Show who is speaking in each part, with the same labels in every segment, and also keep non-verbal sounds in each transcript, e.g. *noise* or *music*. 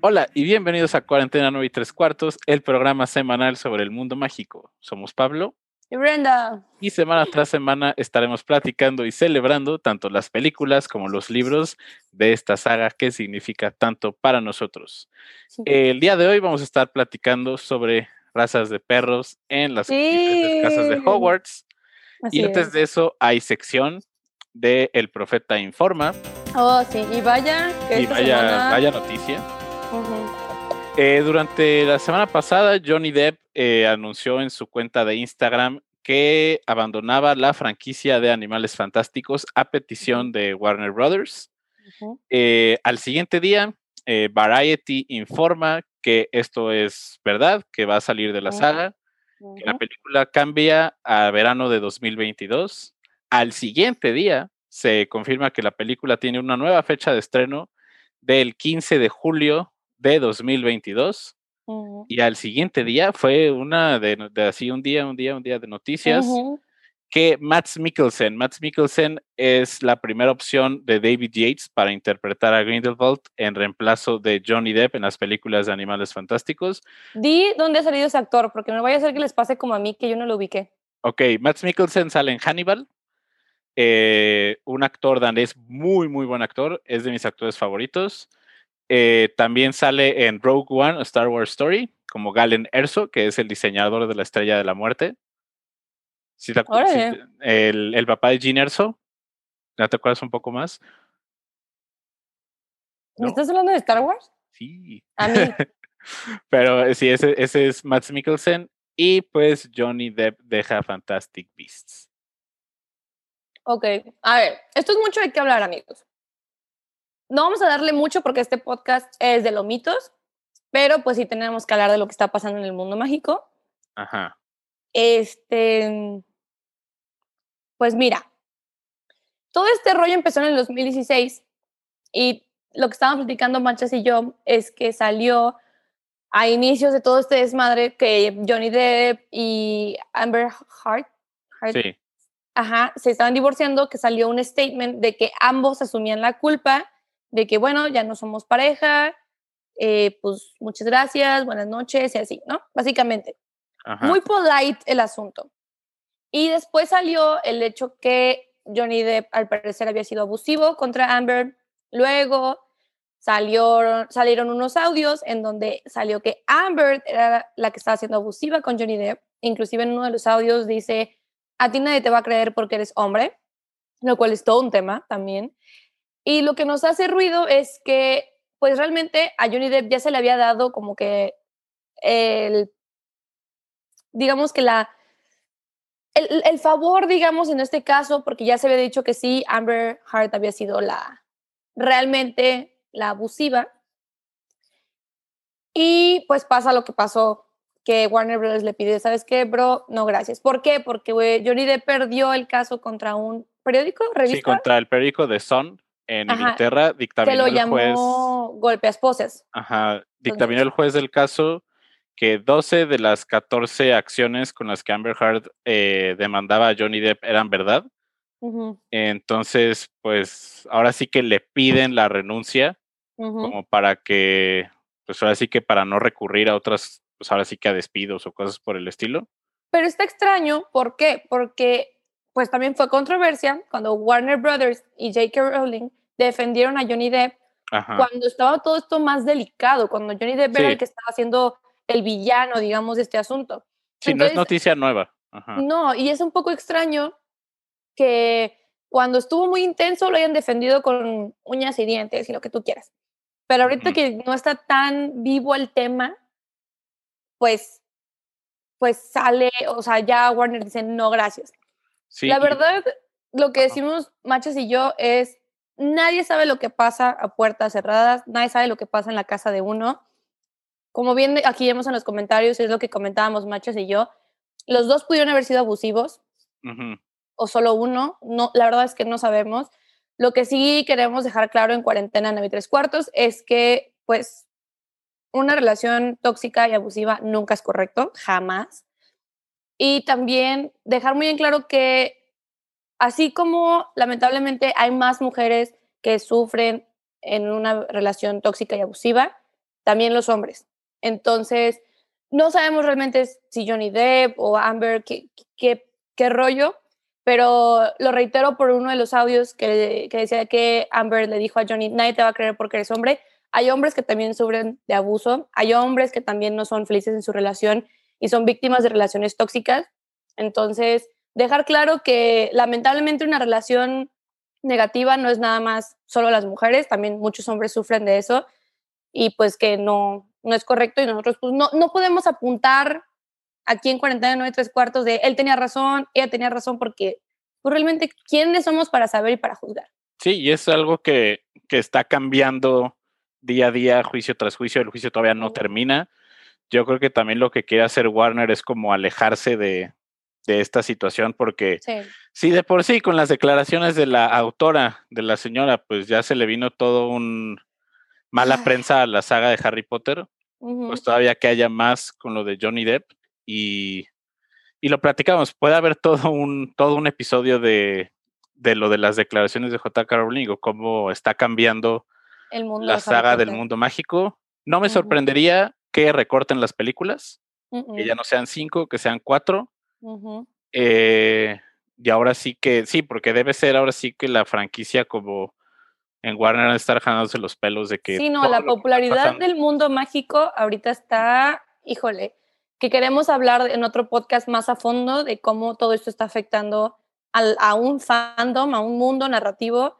Speaker 1: Hola y bienvenidos a Cuarentena 9 y 3 cuartos, el programa semanal sobre el mundo mágico. Somos Pablo
Speaker 2: Y Brenda,
Speaker 1: y semana tras semana estaremos platicando y celebrando tanto las películas como los libros de esta saga que significa tanto para nosotros.
Speaker 2: Sí.
Speaker 1: El día de hoy vamos a estar platicando sobre razas de perros en las
Speaker 2: Sí.
Speaker 1: diferentes casas de Hogwarts.
Speaker 2: así
Speaker 1: y antes
Speaker 2: es.
Speaker 1: de eso hay sección de El Profeta Informa
Speaker 2: Oh, sí, y vaya, que
Speaker 1: y
Speaker 2: esta
Speaker 1: vaya,
Speaker 2: semana-
Speaker 1: vaya noticia.
Speaker 2: Ujú.
Speaker 1: Eh, durante la semana pasada, Johnny Depp eh, anunció en su cuenta de Instagram que abandonaba la franquicia de Animales Fantásticos a petición de Warner Brothers.
Speaker 2: Ujú.
Speaker 1: Eh, al siguiente día, eh, Variety informa que esto es verdad, que va a salir de la
Speaker 2: Ujú.
Speaker 1: saga, que la película cambia a verano de 2022. Al siguiente día, se confirma que la película tiene una nueva fecha de estreno del 15 de julio de 2022
Speaker 2: Ujú.
Speaker 1: y al siguiente día fue una de, no- de así un día, un día, un día de noticias
Speaker 2: Ujú.
Speaker 1: que Max Mikkelsen, Max Mikkelsen es la primera opción de David Yates para interpretar a Grindelwald en reemplazo de Johnny Depp en las películas de Animales Fantásticos.
Speaker 2: Di dónde ha salido ese actor, porque no vaya a ser que les pase como a mí, que yo no lo ubiqué.
Speaker 1: Ok, Max Mikkelsen sale en Hannibal, eh, un actor danés muy, muy buen actor, es de mis actores favoritos. Eh, también sale en Rogue One, A Star Wars Story, como Galen Erso, que es el diseñador de la Estrella de la Muerte. Si te acu- si
Speaker 2: Órale.
Speaker 1: te- el, el papá de Gene Erso, ¿ya te acuerdas un poco más?
Speaker 2: ¿Me
Speaker 1: No.
Speaker 2: estás hablando de Star Wars?
Speaker 1: Sí.
Speaker 2: A
Speaker 1: *laughs*
Speaker 2: mí.
Speaker 1: Pero eh, sí, ese, ese es Max Mikkelsen. Y pues Johnny Depp deja Fantastic Beasts.
Speaker 2: Ok, a ver, esto es mucho de qué hablar, amigos. No vamos a darle mucho porque este podcast es de los mitos, pero pues sí tenemos que hablar de lo que está pasando en el mundo mágico.
Speaker 1: Ajá.
Speaker 2: Este, pues mira, todo este rollo empezó en el 2016 y lo que estábamos platicando Manchas y yo es que salió a inicios de todo este desmadre que Johnny Depp y Amber Heard, Heard
Speaker 1: Sí.
Speaker 2: ajá, se estaban divorciando, que salió un statement de que ambos asumían la culpa, de que bueno, ya no somos pareja, eh, pues muchas gracias, buenas noches y así, ¿no? Básicamente
Speaker 1: Ajá.
Speaker 2: muy polite el asunto. Y después salió el hecho que Johnny Depp al parecer había sido abusivo contra Amber. Luego salió, salieron unos audios en donde salió que Amber era la que estaba siendo abusiva con Johnny Depp. Inclusive en uno de los audios dice, a ti nadie te va a creer porque eres hombre, lo cual es todo un tema también. Y lo que nos hace ruido es que pues realmente a Johnny Depp ya se le había dado como que el digamos que la el, el- el favor, digamos, en este caso, porque ya se había dicho que sí, Amber Heard había sido la realmente la abusiva. Y pues pasa lo que pasó, que Warner Bros. le pide, ¿sabes qué, bro? No, gracias. ¿Por qué? Porque güey, Johnny Depp perdió el caso contra un periódico,
Speaker 1: Sí,
Speaker 2: revista,
Speaker 1: contra el periódico The Sun en
Speaker 2: Ajá,
Speaker 1: Inglaterra
Speaker 2: que
Speaker 1: dictaminó
Speaker 2: lo
Speaker 1: el juez,
Speaker 2: llamó golpe a esposas.
Speaker 1: ajá, dictaminó el juez del caso que 12 de las 14 acciones con las que Amber Heard eh, demandaba a Johnny Depp eran verdad.
Speaker 2: Ujú,
Speaker 1: Entonces, pues ahora sí que le piden la renuncia
Speaker 2: ujú.
Speaker 1: como para que, pues ahora sí que para no recurrir a otras, pues ahora sí que a despidos o cosas por el estilo.
Speaker 2: Pero está extraño, ¿por qué? Porque pues también fue controversia cuando Warner Brothers y J.K. Rowling defendieron a Johnny Depp
Speaker 1: Ajá.
Speaker 2: cuando estaba todo esto más delicado, cuando Johnny Depp era
Speaker 1: Ah. Sí.
Speaker 2: el que estaba siendo el villano, digamos, de este asunto.
Speaker 1: Sí, no es
Speaker 2: entonces- Mm,
Speaker 1: noticia nueva. Ajá.
Speaker 2: No, y es un poco extraño que cuando estuvo muy intenso lo hayan defendido con uñas y dientes y lo que tú quieras. Pero ahorita
Speaker 1: Ujú.
Speaker 2: que no está tan vivo el tema, pues, pues sale, o sea, ya Warner dice, no, gracias.
Speaker 1: Sí,
Speaker 2: La
Speaker 1: y-
Speaker 2: verdad, lo que
Speaker 1: Ajá.
Speaker 2: decimos Machas y yo es, nadie sabe lo que pasa a puertas cerradas, nadie sabe lo que pasa en la casa de uno. Como bien de- aquí vemos en los comentarios, es lo que comentábamos Machas y yo, los dos pudieron haber sido abusivos
Speaker 1: ujú,
Speaker 2: o solo uno, no, la verdad es que no sabemos. Lo que sí queremos dejar claro en cuarentena 9 y 3 cuartos es que, pues, una relación tóxica y abusiva nunca es correcto, jamás. Y también dejar muy en claro que así como lamentablemente hay más mujeres que sufren en una relación tóxica y abusiva, también los hombres. Entonces, no sabemos realmente si Johnny Depp o Amber, qué, qué, qué rollo, pero lo reitero por uno de los audios que, que, decía que Amber le dijo a Johnny, nadie te va a creer porque eres hombre. Hay hombres que también sufren de abuso, hay hombres que también no son felices en su relación y son víctimas de relaciones tóxicas. Entonces, dejar claro que lamentablemente una relación negativa no es nada más solo las mujeres, también muchos hombres sufren de eso y pues que no, no es correcto y nosotros pues no, no podemos apuntar aquí en 49 tres cuartos de él tenía razón, ella tenía razón porque pues realmente quiénes somos para saber y para juzgar.
Speaker 1: Sí, y es algo que, que está cambiando día a día, juicio tras juicio, el juicio todavía no sí. termina. Yo creo que también lo que quiere hacer Warner es como alejarse de, de esta situación porque sí. si de por sí con las declaraciones de la autora, de la señora, pues ya se le vino todo un mala Ay. prensa a la saga de Harry Potter, uh -huh. pues todavía que haya más con lo de Johnny Depp y, y lo platicamos, puede haber todo un, todo un episodio de, de lo de las declaraciones de J. Rowling o cómo está cambiando
Speaker 2: El mundo
Speaker 1: la
Speaker 2: de
Speaker 1: saga del
Speaker 2: Potter.
Speaker 1: mundo mágico. No me uh -huh. sorprendería que recorten las películas, uh -huh. que ya no sean cinco, que sean cuatro. Uh -huh. eh, y ahora sí que, sí, porque debe ser ahora sí que la franquicia como en Warner estar jalándose los pelos de que...
Speaker 2: Sí, no, la popularidad del mundo mágico ahorita está, híjole, que queremos hablar en otro podcast más a fondo de cómo todo esto está afectando al, a un fandom, a un mundo narrativo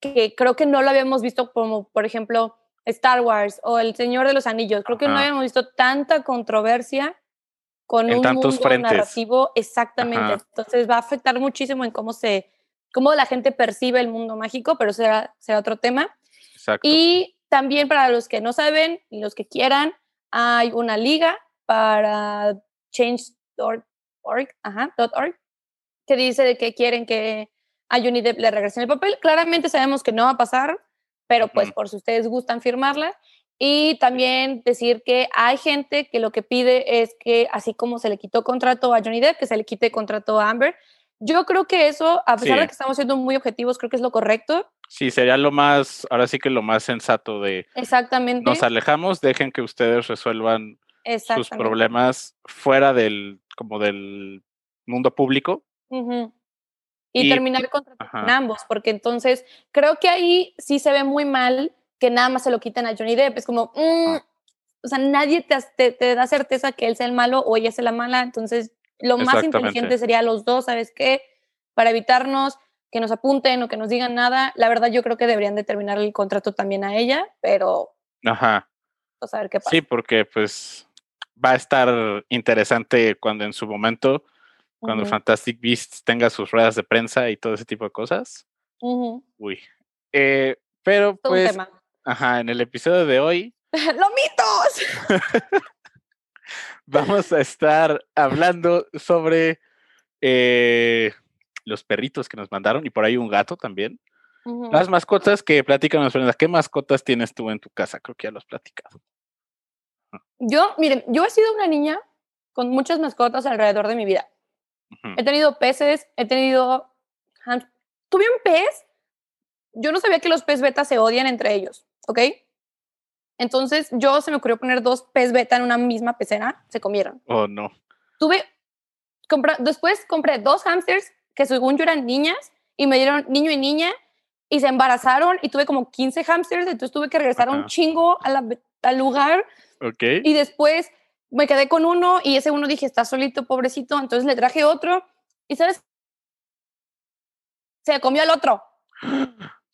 Speaker 2: que creo que no lo habíamos visto como, por ejemplo, Star Wars o El Señor de los Anillos. Creo que
Speaker 1: Ajá.
Speaker 2: no habíamos visto tanta controversia con
Speaker 1: En
Speaker 2: un
Speaker 1: tantos
Speaker 2: mundo
Speaker 1: frentes.
Speaker 2: narrativo exactamente.
Speaker 1: Ajá.
Speaker 2: Entonces va a afectar muchísimo en cómo se cómo la gente percibe el mundo mágico, pero será será otro tema.
Speaker 1: Exacto.
Speaker 2: Y también para los que no saben y los que quieran, hay una liga para change.org, ajá, .org, que dice de que quieren que a Johnny Depp le regresen el papel. Claramente sabemos que no va a pasar, pero pues
Speaker 1: Ujú.
Speaker 2: por si ustedes gustan firmarla. Y también decir que hay gente que lo que pide es que así como se le quitó contrato a Johnny Depp, que se le quite contrato a Amber. Yo creo que eso, a pesar
Speaker 1: Sí.
Speaker 2: de que estamos siendo muy objetivos, creo que es lo correcto.
Speaker 1: Sí, sería lo más, ahora sí que lo más sensato de
Speaker 2: Exactamente.
Speaker 1: nos alejamos, dejen que ustedes resuelvan sus
Speaker 2: exactamente.
Speaker 1: problemas fuera del, como del mundo público.
Speaker 2: Ujú. Y,
Speaker 1: Y-
Speaker 2: terminar contrato
Speaker 1: ajá.
Speaker 2: con ambos, porque entonces creo que ahí sí se ve muy mal que nada más se lo quitan a Johnny Depp. Es como, mm,
Speaker 1: Ah.
Speaker 2: o sea, nadie te, as- te- te da certeza que él sea el malo o ella sea la mala. Entonces, lo más
Speaker 1: Exactamente.
Speaker 2: inteligente sería los dos, ¿sabes qué? Para evitarnos que nos apunten o que nos digan nada. La verdad, yo creo que deberían de terminar el contrato también a ella, pero
Speaker 1: Ajá.
Speaker 2: vamos a ver qué pasa.
Speaker 1: Sí, porque pues va a estar interesante cuando en su momento, cuando
Speaker 2: Ujú,
Speaker 1: Fantastic Beasts tenga sus ruedas de prensa y todo ese tipo de cosas.
Speaker 2: ujú.
Speaker 1: Uy. Eh, pero
Speaker 2: Todo un
Speaker 1: pues,
Speaker 2: tema. *laughs*
Speaker 1: ajá, en el episodio de hoy *laughs*
Speaker 2: ¡Lomitos!
Speaker 1: vamos a estar hablando sobre eh, los perritos que nos mandaron y por ahí un gato también.
Speaker 2: Ujú.
Speaker 1: Las mascotas que platican las personas. ¿Qué mascotas tienes tú en tu casa? Creo que ya los platicado.
Speaker 2: Yo, miren, yo he sido una niña con muchas mascotas alrededor de mi vida.
Speaker 1: Ujú.
Speaker 2: He tenido peces, he tenido... ham- Tuve un pez. Yo no sabía que los pez beta se odian entre ellos, ¿ok? Entonces yo se me ocurrió poner dos pez beta en una misma pecera, se comieron.
Speaker 1: Oh, no.
Speaker 2: Tuve... compra- después compré dos hamsters que según yo eran niñas y me dieron niño y niña y se embarazaron y tuve como 15 hamsters, entonces tuve que regresar un
Speaker 1: Ajá.
Speaker 2: chingo a la ve- al lugar
Speaker 1: Ok.
Speaker 2: y después me quedé con uno y ese uno dije, está solito, pobrecito. Entonces le traje otro y ¿sabes? Se comió al otro.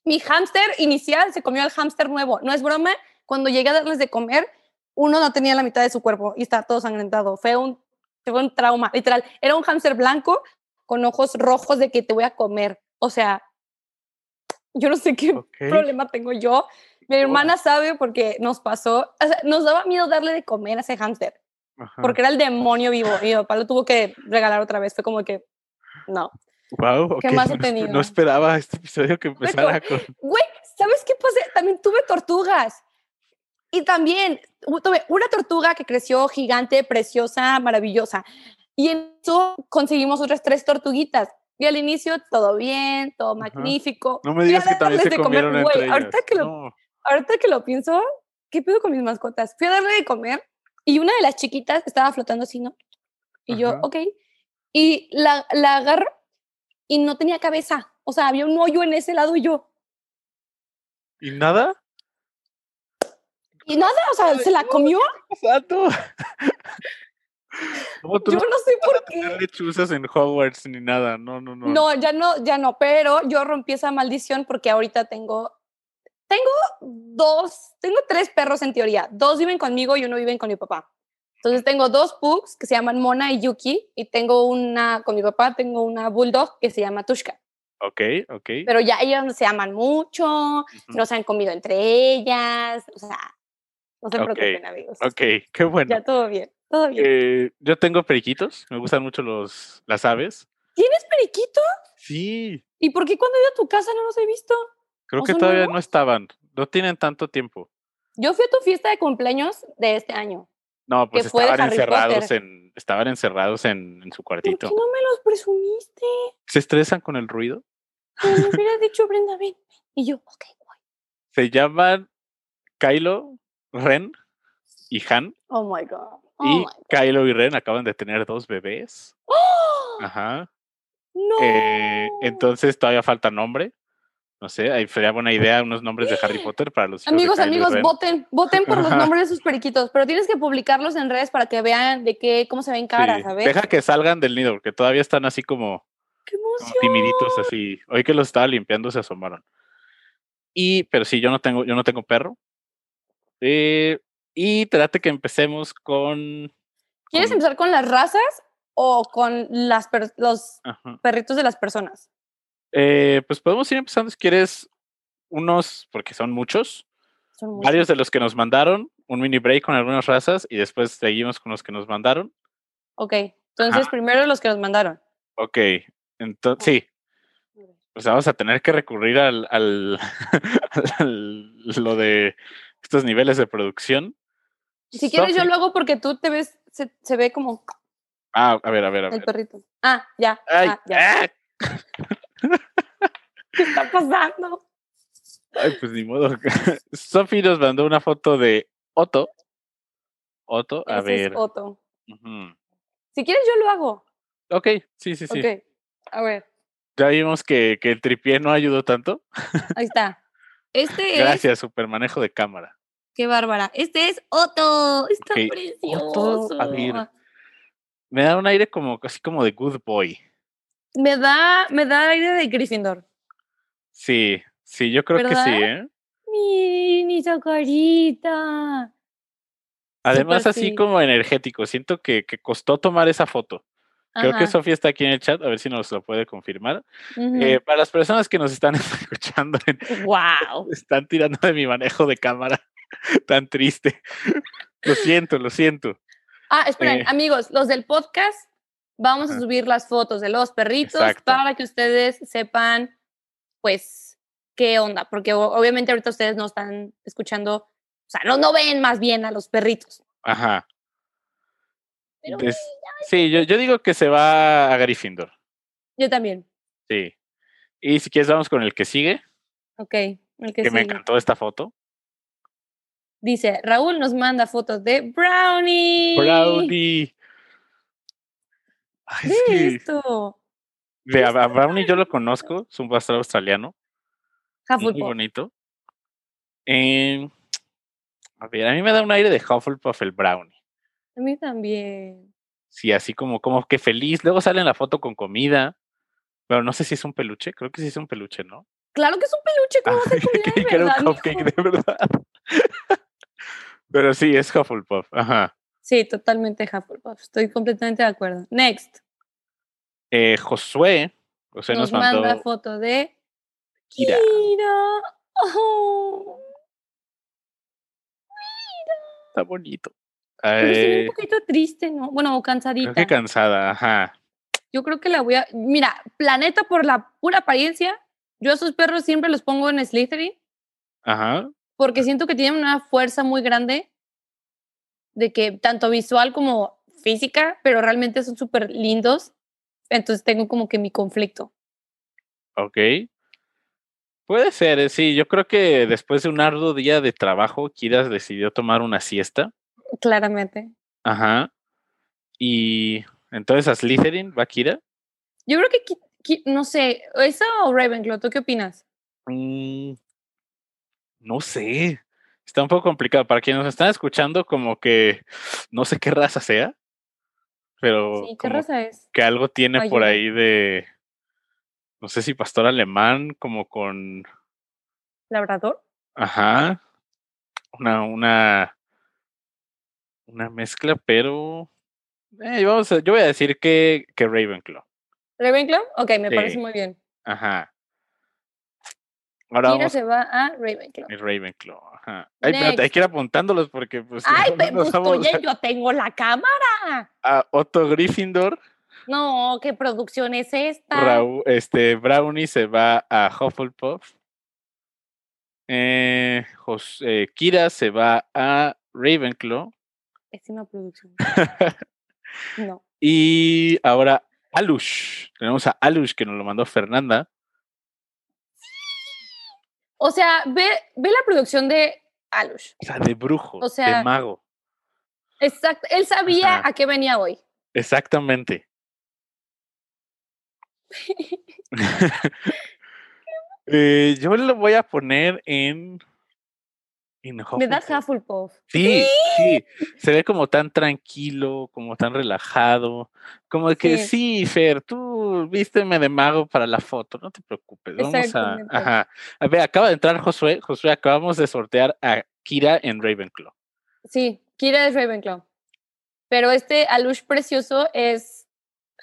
Speaker 2: Mi hámster inicial se comió al hámster nuevo. No es broma, cuando llegué a darles de comer, uno no tenía la mitad de su cuerpo y estaba todo sangrentado. Fue un, fue un trauma, literal. Era un hámster blanco con ojos rojos de que te voy a comer. O sea, yo no sé qué
Speaker 1: Ok.
Speaker 2: problema tengo yo. Mi hermana sabe porque nos pasó, o sea, nos daba miedo darle de comer a ese hámster,
Speaker 1: Ajá.
Speaker 2: porque era el demonio vivo y mi papá lo tuvo que regalar otra vez, fue como que, no.
Speaker 1: Wow,
Speaker 2: ¿Qué
Speaker 1: ok,
Speaker 2: más he
Speaker 1: no espe-
Speaker 2: tenido?
Speaker 1: No esperaba este episodio que empezara con.
Speaker 2: Güey, ¿sabes qué pasé? También tuve tortugas. Y también u- tuve una tortuga que creció gigante, preciosa, maravillosa. Y en eso conseguimos otras tres tortuguitas. Y al inicio todo bien, todo magnífico.
Speaker 1: No me
Speaker 2: Y
Speaker 1: digas
Speaker 2: ahora
Speaker 1: que también
Speaker 2: darles
Speaker 1: se
Speaker 2: de comer,
Speaker 1: comieron
Speaker 2: güey,
Speaker 1: entre ellas.
Speaker 2: ahorita que lo
Speaker 1: No,
Speaker 2: ahorita que lo pienso, ¿qué pedo con mis mascotas? Fui a darle de comer y una de las chiquitas estaba flotando así, ¿no? Y yo,
Speaker 3: Ajá.
Speaker 2: ok. Y la, la agarro y no tenía cabeza. O sea, había un hoyo en ese lado y yo.
Speaker 1: ¿Y nada?
Speaker 2: *laughs* Y nada, o sea, se la comió.
Speaker 1: Exacto. *laughs* ¿Cómo tú
Speaker 2: Yo no
Speaker 1: no
Speaker 2: sé por qué.
Speaker 1: tener lechuzas en Hogwarts ni nada? No, no, no.
Speaker 2: No, ya no, ya no, pero yo rompí esa maldición porque ahorita tengo, tengo dos, tengo tres perros en teoría. Dos viven conmigo y uno vive con mi papá. Entonces tengo dos pugs que se llaman Mona y Yuki y tengo una con mi papá, tengo una bulldog que se llama Tushka.
Speaker 1: Ok, ok.
Speaker 2: Pero ya ellas no se aman mucho,
Speaker 1: Ujú.
Speaker 2: no se han comido entre ellas, o sea, no se
Speaker 1: Ok,
Speaker 2: preocupen amigos.
Speaker 1: Ok, qué bueno.
Speaker 2: Ya todo bien, todo bien.
Speaker 1: Eh, yo tengo periquitos, me gustan mucho los, las aves.
Speaker 2: ¿Tienes periquito?
Speaker 1: Sí,
Speaker 2: ¿Y por qué cuando he ido a tu casa no los he visto?
Speaker 1: creo
Speaker 2: ¿O
Speaker 1: que
Speaker 2: son
Speaker 1: todavía
Speaker 2: nuevos?
Speaker 1: no estaban, no tienen tanto tiempo.
Speaker 2: Yo fui a tu fiesta de cumpleaños de este año.
Speaker 1: No, pues
Speaker 2: Que fue de
Speaker 1: estaban
Speaker 2: Harry
Speaker 1: encerrados,
Speaker 2: Potter.
Speaker 1: en, estaban encerrados en, en su
Speaker 2: ¿Por qué
Speaker 1: cuartito.
Speaker 2: no me los presumiste?
Speaker 1: ¿Se estresan con el ruido?
Speaker 2: Me
Speaker 1: *laughs*
Speaker 2: lo hubieras dicho, Brenda, ven. Y yo, ok, voy.
Speaker 1: Se llaman Kylo, Ren y Han.
Speaker 2: Oh my God. Oh
Speaker 1: y
Speaker 2: my-
Speaker 1: Kylo y Ren acaban de tener dos bebés.
Speaker 2: ¡Oh!
Speaker 1: Ajá.
Speaker 2: No.
Speaker 1: ah, Eh, entonces todavía falta nombre. No sé, ahí sería buena idea unos nombres de Harry Potter para los hijos de
Speaker 2: amigos,
Speaker 1: Kylo y
Speaker 2: amigos,
Speaker 1: Ren.
Speaker 2: voten. Voten
Speaker 1: *laughs*
Speaker 2: por los
Speaker 1: Ajá.
Speaker 2: nombres de sus periquitos. Pero tienes que publicarlos en redes para que vean de qué, cómo se ven caras,
Speaker 1: Sí,
Speaker 2: ¿sabes?
Speaker 1: Deja que salgan del nido, porque todavía están así como,
Speaker 2: ¡Qué
Speaker 1: como
Speaker 2: emoción!
Speaker 1: timiditos, así. Hoy que los estaba limpiando se asomaron. Y, pero sí, yo no tengo, yo no tengo perro. Eh, y trate que empecemos con.
Speaker 2: ¿Quieres
Speaker 1: con-
Speaker 2: empezar con las razas o con las per- los
Speaker 1: ajá.
Speaker 2: perritos de las personas?
Speaker 1: Eh, pues podemos ir empezando si quieres unos, porque son muchos,
Speaker 2: Son muchos.
Speaker 1: varios de los que nos mandaron, un mini break con algunas razas y después seguimos con los que nos mandaron.
Speaker 2: Ok, entonces
Speaker 1: Ajá.
Speaker 2: primero los que nos mandaron.
Speaker 1: Ok, entonces, sí, pues vamos a tener que recurrir al, al, *laughs* al- al- lo de estos niveles de producción.
Speaker 2: Si quieres, yo
Speaker 1: Sophie-
Speaker 2: lo hago porque tú te ves, se, se ve como
Speaker 1: Ah, a ver, a ver, a
Speaker 2: el
Speaker 1: ver.
Speaker 2: perrito. Ah, ya.
Speaker 1: Ay,
Speaker 2: ah, ya.
Speaker 1: ah,
Speaker 2: *laughs* ¿Qué está pasando?
Speaker 1: ay, pues ni modo. *laughs* Sofi nos mandó una foto de Otto. Otto, a
Speaker 2: Ese es
Speaker 1: ver.
Speaker 2: Otto.
Speaker 1: ujú.
Speaker 2: Si quieres, yo lo hago.
Speaker 1: Ok, sí, sí, sí.
Speaker 2: Ok. A ver,
Speaker 1: Ya vimos que, que el tripié no ayudó tanto.
Speaker 2: ahí está. Este es.
Speaker 1: Gracias, super manejo de cámara.
Speaker 2: Qué bárbara. Este es Otto. Está
Speaker 1: Ok,
Speaker 2: precioso.
Speaker 1: Otto, a ver. Me da un aire como así como de good boy.
Speaker 2: Me da, me da aire de Gryffindor.
Speaker 1: Sí, sí, yo creo que sí,
Speaker 2: ¿Verdad?
Speaker 1: ¿eh?
Speaker 2: Miren esa carita.
Speaker 1: Además, así
Speaker 2: sí.
Speaker 1: como energético, siento que, que costó tomar esa foto. Creo que
Speaker 2: Ajá, Mm.
Speaker 1: Sofía está aquí en el chat, a ver si nos lo puede confirmar.
Speaker 2: ujú.
Speaker 1: Eh, para las personas que nos están *laughs* escuchando,
Speaker 2: Guau.
Speaker 1: están tirando de mi manejo de cámara *laughs* tan triste. Lo siento, lo siento.
Speaker 2: Ah, esperen,
Speaker 1: Eh.
Speaker 2: amigos, los del podcast, vamos
Speaker 1: Ajá.
Speaker 2: a subir las fotos de los perritos
Speaker 1: Exacto.
Speaker 2: para que ustedes sepan, pues, qué onda, porque o- obviamente ahorita ustedes no están escuchando, o sea, no, no ven más bien a los perritos.
Speaker 1: Ajá.
Speaker 2: Pero
Speaker 1: Des- sí, yo, yo digo que se va a Gryffindor.
Speaker 2: Yo también,
Speaker 1: Sí. Y si quieres, vamos con el que sigue,
Speaker 2: ok. El que
Speaker 1: que me
Speaker 2: sigue.
Speaker 1: encantó esta foto.
Speaker 2: Dice, Raúl nos manda fotos de Brownie.
Speaker 1: Brownie. Ay,
Speaker 2: ¿Qué
Speaker 1: es
Speaker 2: es
Speaker 1: que
Speaker 2: esto?
Speaker 1: de- a, a Brownie yo lo conozco, es un pastor australiano, muy
Speaker 2: Hufflepuff.
Speaker 1: bonito. Em, a ver, a mí me da un aire de Hufflepuff el Brownie.
Speaker 2: A mí también.
Speaker 1: Sí, así como, como que feliz. Luego sale en la foto con comida. Pero no sé si es un peluche, creo que sí es un peluche,
Speaker 2: *laughs*
Speaker 1: ¿no? *laughs*
Speaker 2: Claro que es un peluche, ¿cómo vas a cuidar
Speaker 1: Creí
Speaker 2: de
Speaker 1: que era un
Speaker 2: verdad,
Speaker 1: cupcake
Speaker 2: mijo? *laughs*
Speaker 1: de verdad. *laughs* Pero sí, es Hufflepuff. Ajá.
Speaker 2: Sí, totalmente Hufflepuff. Estoy completamente de acuerdo. Next.
Speaker 1: Eh, Josué, Josué
Speaker 2: nos
Speaker 1: nos, mandó
Speaker 2: manda foto de
Speaker 1: Kira.
Speaker 2: Kira. Oh,
Speaker 1: Está bonito.
Speaker 2: pero se ve
Speaker 1: Eh,
Speaker 2: un poquito triste, ¿no? Bueno,
Speaker 1: creo
Speaker 2: o cansadita.
Speaker 1: que cansada, ajá.
Speaker 2: yo creo que la voy a. Mira, planeta por la pura apariencia. Yo a esos perros siempre los pongo en Slytherin
Speaker 1: Ajá.
Speaker 2: porque siento que tienen una fuerza muy grande de que tanto visual como física, pero realmente son súper lindos. Entonces tengo como que mi conflicto.
Speaker 1: Ok. Puede ser, eh, sí. Yo creo que después de un arduo día de trabajo, Kiras decidió tomar una siesta.
Speaker 2: Claramente.
Speaker 1: Ajá. Y entonces a Slytherin va Kira.
Speaker 2: Yo creo que, qui- qui- no sé, ¿eso o Ravenclaw? ¿Tú qué opinas?
Speaker 1: Mm, no sé. Está un poco complicado. Para quienes nos están escuchando, como que no sé qué raza sea, pero
Speaker 2: Sí, ¿qué
Speaker 1: como
Speaker 2: raza es?
Speaker 1: que algo tiene por
Speaker 2: Ayuda.
Speaker 1: ahí de. No sé si pastor alemán, como con.
Speaker 2: ¿Labrador?
Speaker 1: Ajá. Una, una. Una mezcla, pero. eh, vamos a- yo voy a decir que, que Ravenclaw.
Speaker 2: ¿Ravenclaw? Ok, me
Speaker 1: Sí.
Speaker 2: parece muy bien.
Speaker 1: Ajá. Ahora
Speaker 2: Kira
Speaker 1: vamos
Speaker 2: se va a Ravenclaw.
Speaker 1: Y Ravenclaw, ajá. Ay, espérate, hay que ir apuntándolos porque pues si *laughs*
Speaker 2: Ay,
Speaker 1: no,
Speaker 2: pero
Speaker 1: nos
Speaker 2: pues,
Speaker 1: vamos
Speaker 2: oye, yo tengo la cámara.
Speaker 1: a, a Otto Gryffindor,
Speaker 2: No, ¿qué producción es esta?
Speaker 1: Raú- este Brownie se va a Hufflepuff. Eh, Jos- eh, Kira se va a Ravenclaw
Speaker 2: Es una producción. No.
Speaker 1: y ahora Alush. Tenemos a Alush que nos lo mandó Fernanda.
Speaker 2: O sea, ve, ve la producción de Alush.
Speaker 1: O sea, de brujo,
Speaker 2: O sea-
Speaker 1: de mago.
Speaker 2: Exacto. Él sabía
Speaker 1: Ajá.
Speaker 2: a qué venía hoy.
Speaker 1: Exactamente. Eh, yo lo voy a poner en. en
Speaker 2: Me da
Speaker 1: Hufflepuff.
Speaker 2: Hufflepuff.
Speaker 1: Sí, sí. Se ve como tan tranquilo, como tan relajado. Como de que sí, Fer, tú vísteme de mago para la foto, no te preocupes. Vamos a.
Speaker 2: Exactamente.
Speaker 1: Ajá. A ver, acaba de entrar Josué. Josué, acabamos de sortear a Kira en Ravenclaw.
Speaker 2: Sí, Kira es Ravenclaw. Pero este Alush precioso es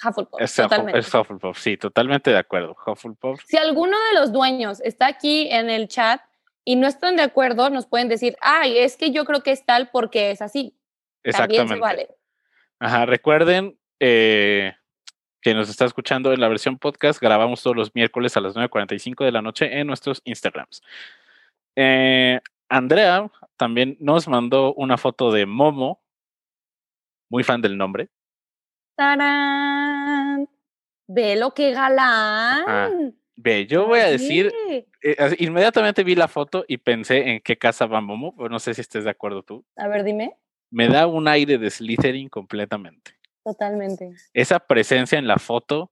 Speaker 2: Hufflepuff.
Speaker 1: Es, Huffle-
Speaker 2: totalmente.
Speaker 1: es Hufflepuff, sí, totalmente de acuerdo. Hufflepuff.
Speaker 2: Si alguno de los dueños está aquí en el chat y no están de acuerdo, nos pueden decir, ay, es que yo creo que es tal porque es así. También
Speaker 1: Exactamente.
Speaker 2: se vale.
Speaker 1: Ajá, recuerden eh, que nos está escuchando en la versión podcast. Grabamos todos los miércoles a las 9.45 de la noche en nuestros Instagrams. Eh, Andrea también nos mandó una foto de Momo, muy fan del nombre.
Speaker 2: ¡Tarán! Ve lo que galán.
Speaker 1: Ajá. Ve, yo voy a decir,
Speaker 2: Oye.
Speaker 1: eh, así, inmediatamente vi la foto y pensé en qué casa va Momo, pero no sé si estés de acuerdo tú.
Speaker 2: A ver, dime.
Speaker 1: Me da un aire de Slytherin completamente.
Speaker 2: Totalmente.
Speaker 1: Esa presencia en la foto,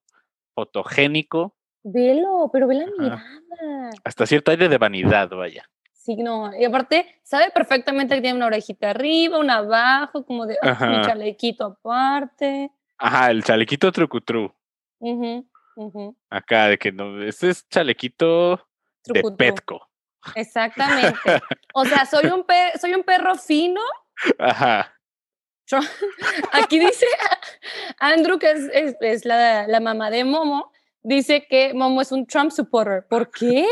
Speaker 1: fotogénico,
Speaker 2: Velo, pero ve la
Speaker 1: Ajá.
Speaker 2: mirada.
Speaker 1: hasta cierto aire de vanidad, vaya.
Speaker 2: Sí, no. Y aparte, sabe perfectamente que tiene una orejita arriba, una abajo, como de ah, mi
Speaker 1: Ajá.
Speaker 2: chalequito aparte.
Speaker 1: Ajá, el chalequito trucutru.
Speaker 2: Ujú, ujú.
Speaker 1: Acá, de que no, este es chalequito de
Speaker 2: Trucutru.
Speaker 1: Petco. *laughs*
Speaker 2: Exactamente. O sea, soy un, pe- soy un perro fino.
Speaker 1: Ajá.
Speaker 2: Aquí dice *laughs* Andrew, que es, es- es la, la mamá de Momo, dice que Momo es un Trump supporter. ¿Por qué?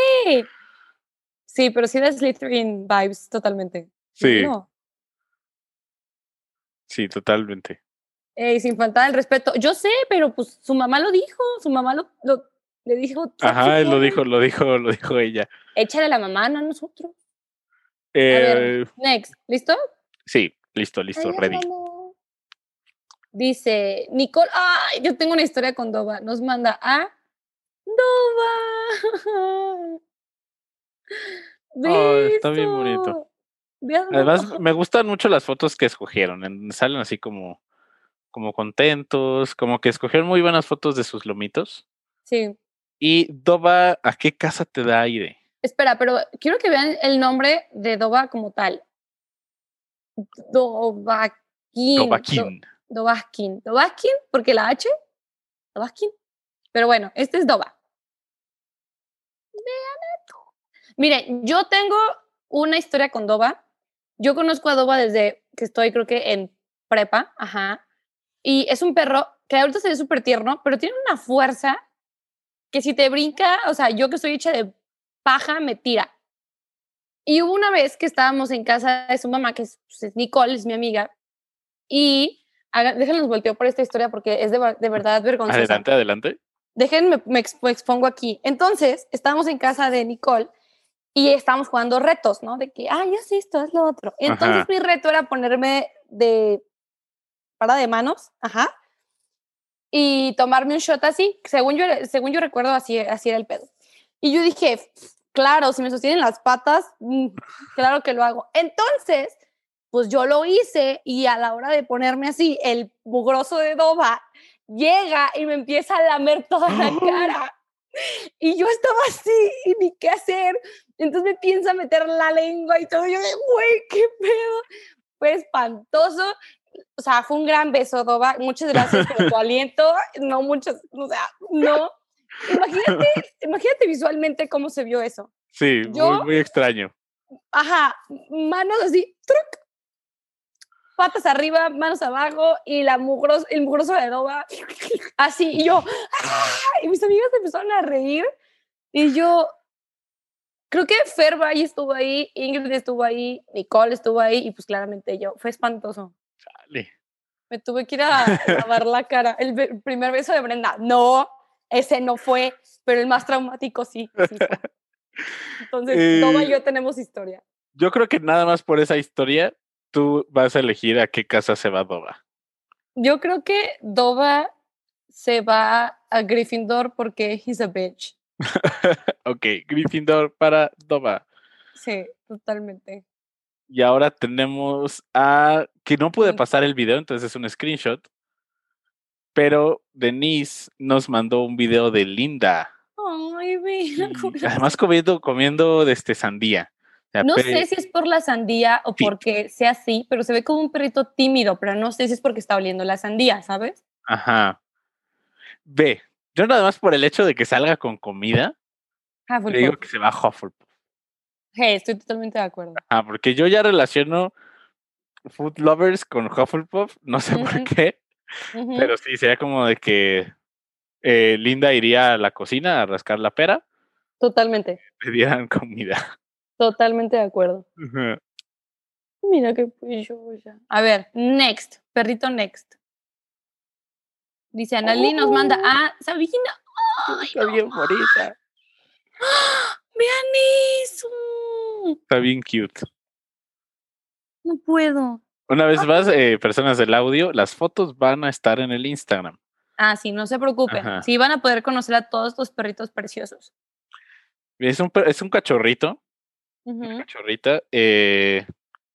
Speaker 2: Sí, pero sí da Slytherin vibes totalmente.
Speaker 1: Sí,
Speaker 2: No.
Speaker 1: sí, totalmente.
Speaker 2: Eh, sin faltar el respeto. Yo sé, pero pues su mamá lo dijo, su mamá lo, lo- le dijo. Trump
Speaker 1: Ajá, él lo
Speaker 2: supporter.
Speaker 1: dijo, lo dijo, lo dijo ella.
Speaker 2: Échale a la mamá, no a nosotros.
Speaker 1: Eh,
Speaker 2: ver. Next, ¿listo?
Speaker 1: sí, listo, listo, ready.
Speaker 2: Ayúdalo. Dice Nicole, ay, yo tengo una historia con Dova. Nos manda a *laughs* Dova.
Speaker 1: Ay, Oh, está bien bonito.
Speaker 2: Beso. Ve a Dova.
Speaker 1: Además, me gustan mucho las fotos que escogieron. en- Salen así como, como contentos, como que escogieron muy buenas fotos de sus lomitos.
Speaker 2: sí.
Speaker 1: Y Doba, ¿a qué casa te da aire?
Speaker 2: Espera, pero quiero que vean el nombre de Dova como tal. Dovaquín.
Speaker 1: Dobaquín.
Speaker 2: Do- Dovaquín. Dovaquín, porque la H. Dovaquín. Pero bueno, este es Dova. Vean esto. Miren, yo tengo una historia con Dova. Yo conozco a Dova desde que estoy, creo que en prepa. Ajá. Y es un perro que ahorita se ve súper tierno, pero tiene una fuerza que si te brinca, o sea, yo que estoy hecha de paja, me tira. Y hubo una vez que estábamos en casa de su mamá, que es, pues, es Nicole, es mi amiga, y haga- déjenlos volteo por esta historia porque es de, ver- de verdad vergonzosa
Speaker 1: Adelante, adelante.
Speaker 2: déjenme, me expo- expongo aquí. Entonces, estábamos en casa de Nicole y estábamos jugando retos, ¿no? De que, ay, haz esto, haz lo otro. Entonces,
Speaker 1: Ajá.
Speaker 2: mi reto era ponerme de para de manos, ajá, y tomarme un shot así. Según yo, era- según yo recuerdo, así, así era el pedo. Y yo dije, claro, si me sostienen las patas, mm, claro que lo hago. Entonces, pues yo lo hice y a la hora de ponerme así, el mugroso de Doba llega y me empieza a lamer toda la cara. Y yo estaba así y ni qué hacer. Entonces me piensa meter la lengua y todo. Yo, de, güey, qué pedo. Fue espantoso. O sea, fue un gran beso, Doba. Muchas gracias por tu aliento. No muchas, o sea, no. Imagínate, imagínate visualmente cómo se vio eso.
Speaker 1: Sí,
Speaker 2: Yo-
Speaker 1: muy, muy extraño.
Speaker 2: Ajá, manos así, truc. Patas arriba, manos abajo y la mugros, el mugroso de doba. Así, y yo, ¡ah! y mis amigas empezaron a reír. Y yo, creo que Fer Valle estuvo ahí, Ingrid estuvo ahí, Nicole estuvo ahí, y pues claramente yo, fue espantoso.
Speaker 1: Dale.
Speaker 2: Me tuve que ir a lavar la cara. El, be- el primer beso de Brenda, no, ese no fue, pero el más traumático sí. sí fue. Entonces,
Speaker 1: Eh,
Speaker 2: Doba y yo tenemos historia.
Speaker 1: Yo creo que nada más por esa historia, tú vas a elegir a qué casa se va Doba.
Speaker 2: Yo creo que Doba se va a Gryffindor porque he's a bitch.
Speaker 1: Ok, Gryffindor para Doba.
Speaker 2: Sí, totalmente.
Speaker 1: Y ahora tenemos a... Que no pude
Speaker 2: Mm.
Speaker 1: pasar el video, entonces es un screenshot. Pero Denise nos mandó un video de Linda.
Speaker 2: Ay, mira
Speaker 1: y
Speaker 2: *laughs* cómo-
Speaker 1: además comiendo, comiendo este, sandía. O sea,
Speaker 2: No
Speaker 1: pe-
Speaker 2: sé si es por la sandía o
Speaker 1: Sí.
Speaker 2: porque sea así, pero se ve como un perrito tímido, pero no sé si es porque está oliendo la sandía, ¿sabes?
Speaker 1: Ajá. Ve, yo nada más por el hecho de que salga con comida, le digo
Speaker 2: Hufflepuff.
Speaker 1: que se va a Hufflepuff.
Speaker 2: Hey, estoy totalmente de acuerdo.
Speaker 1: Ah, porque yo ya relaciono Food Lovers con Hufflepuff, *laughs* no sé por
Speaker 2: Ujú.
Speaker 1: qué,
Speaker 2: Ujú.
Speaker 1: pero sí, sería como de que eh, Linda iría a la cocina a rascar la pera, *laughs*
Speaker 2: Totalmente,
Speaker 1: le dieran comida.
Speaker 2: totalmente de acuerdo.
Speaker 1: Ujú.
Speaker 2: Mira qué pillo ya. A ver, next, perrito next. Dice Analí nos
Speaker 1: Oh.
Speaker 2: manda Ah, a Sabina. Ay,
Speaker 1: Está bien bonita.
Speaker 2: Vean eso.
Speaker 1: Está bien cute.
Speaker 2: No puedo.
Speaker 1: Una vez más, eh, personas del audio, las fotos van a estar en el Instagram.
Speaker 2: Ah, sí, no se preocupen.
Speaker 1: Ajá.
Speaker 2: Sí, van a poder conocer a todos estos perritos preciosos.
Speaker 1: Es un, per- es un cachorrito,
Speaker 2: Ujú.
Speaker 1: cachorrita. eh,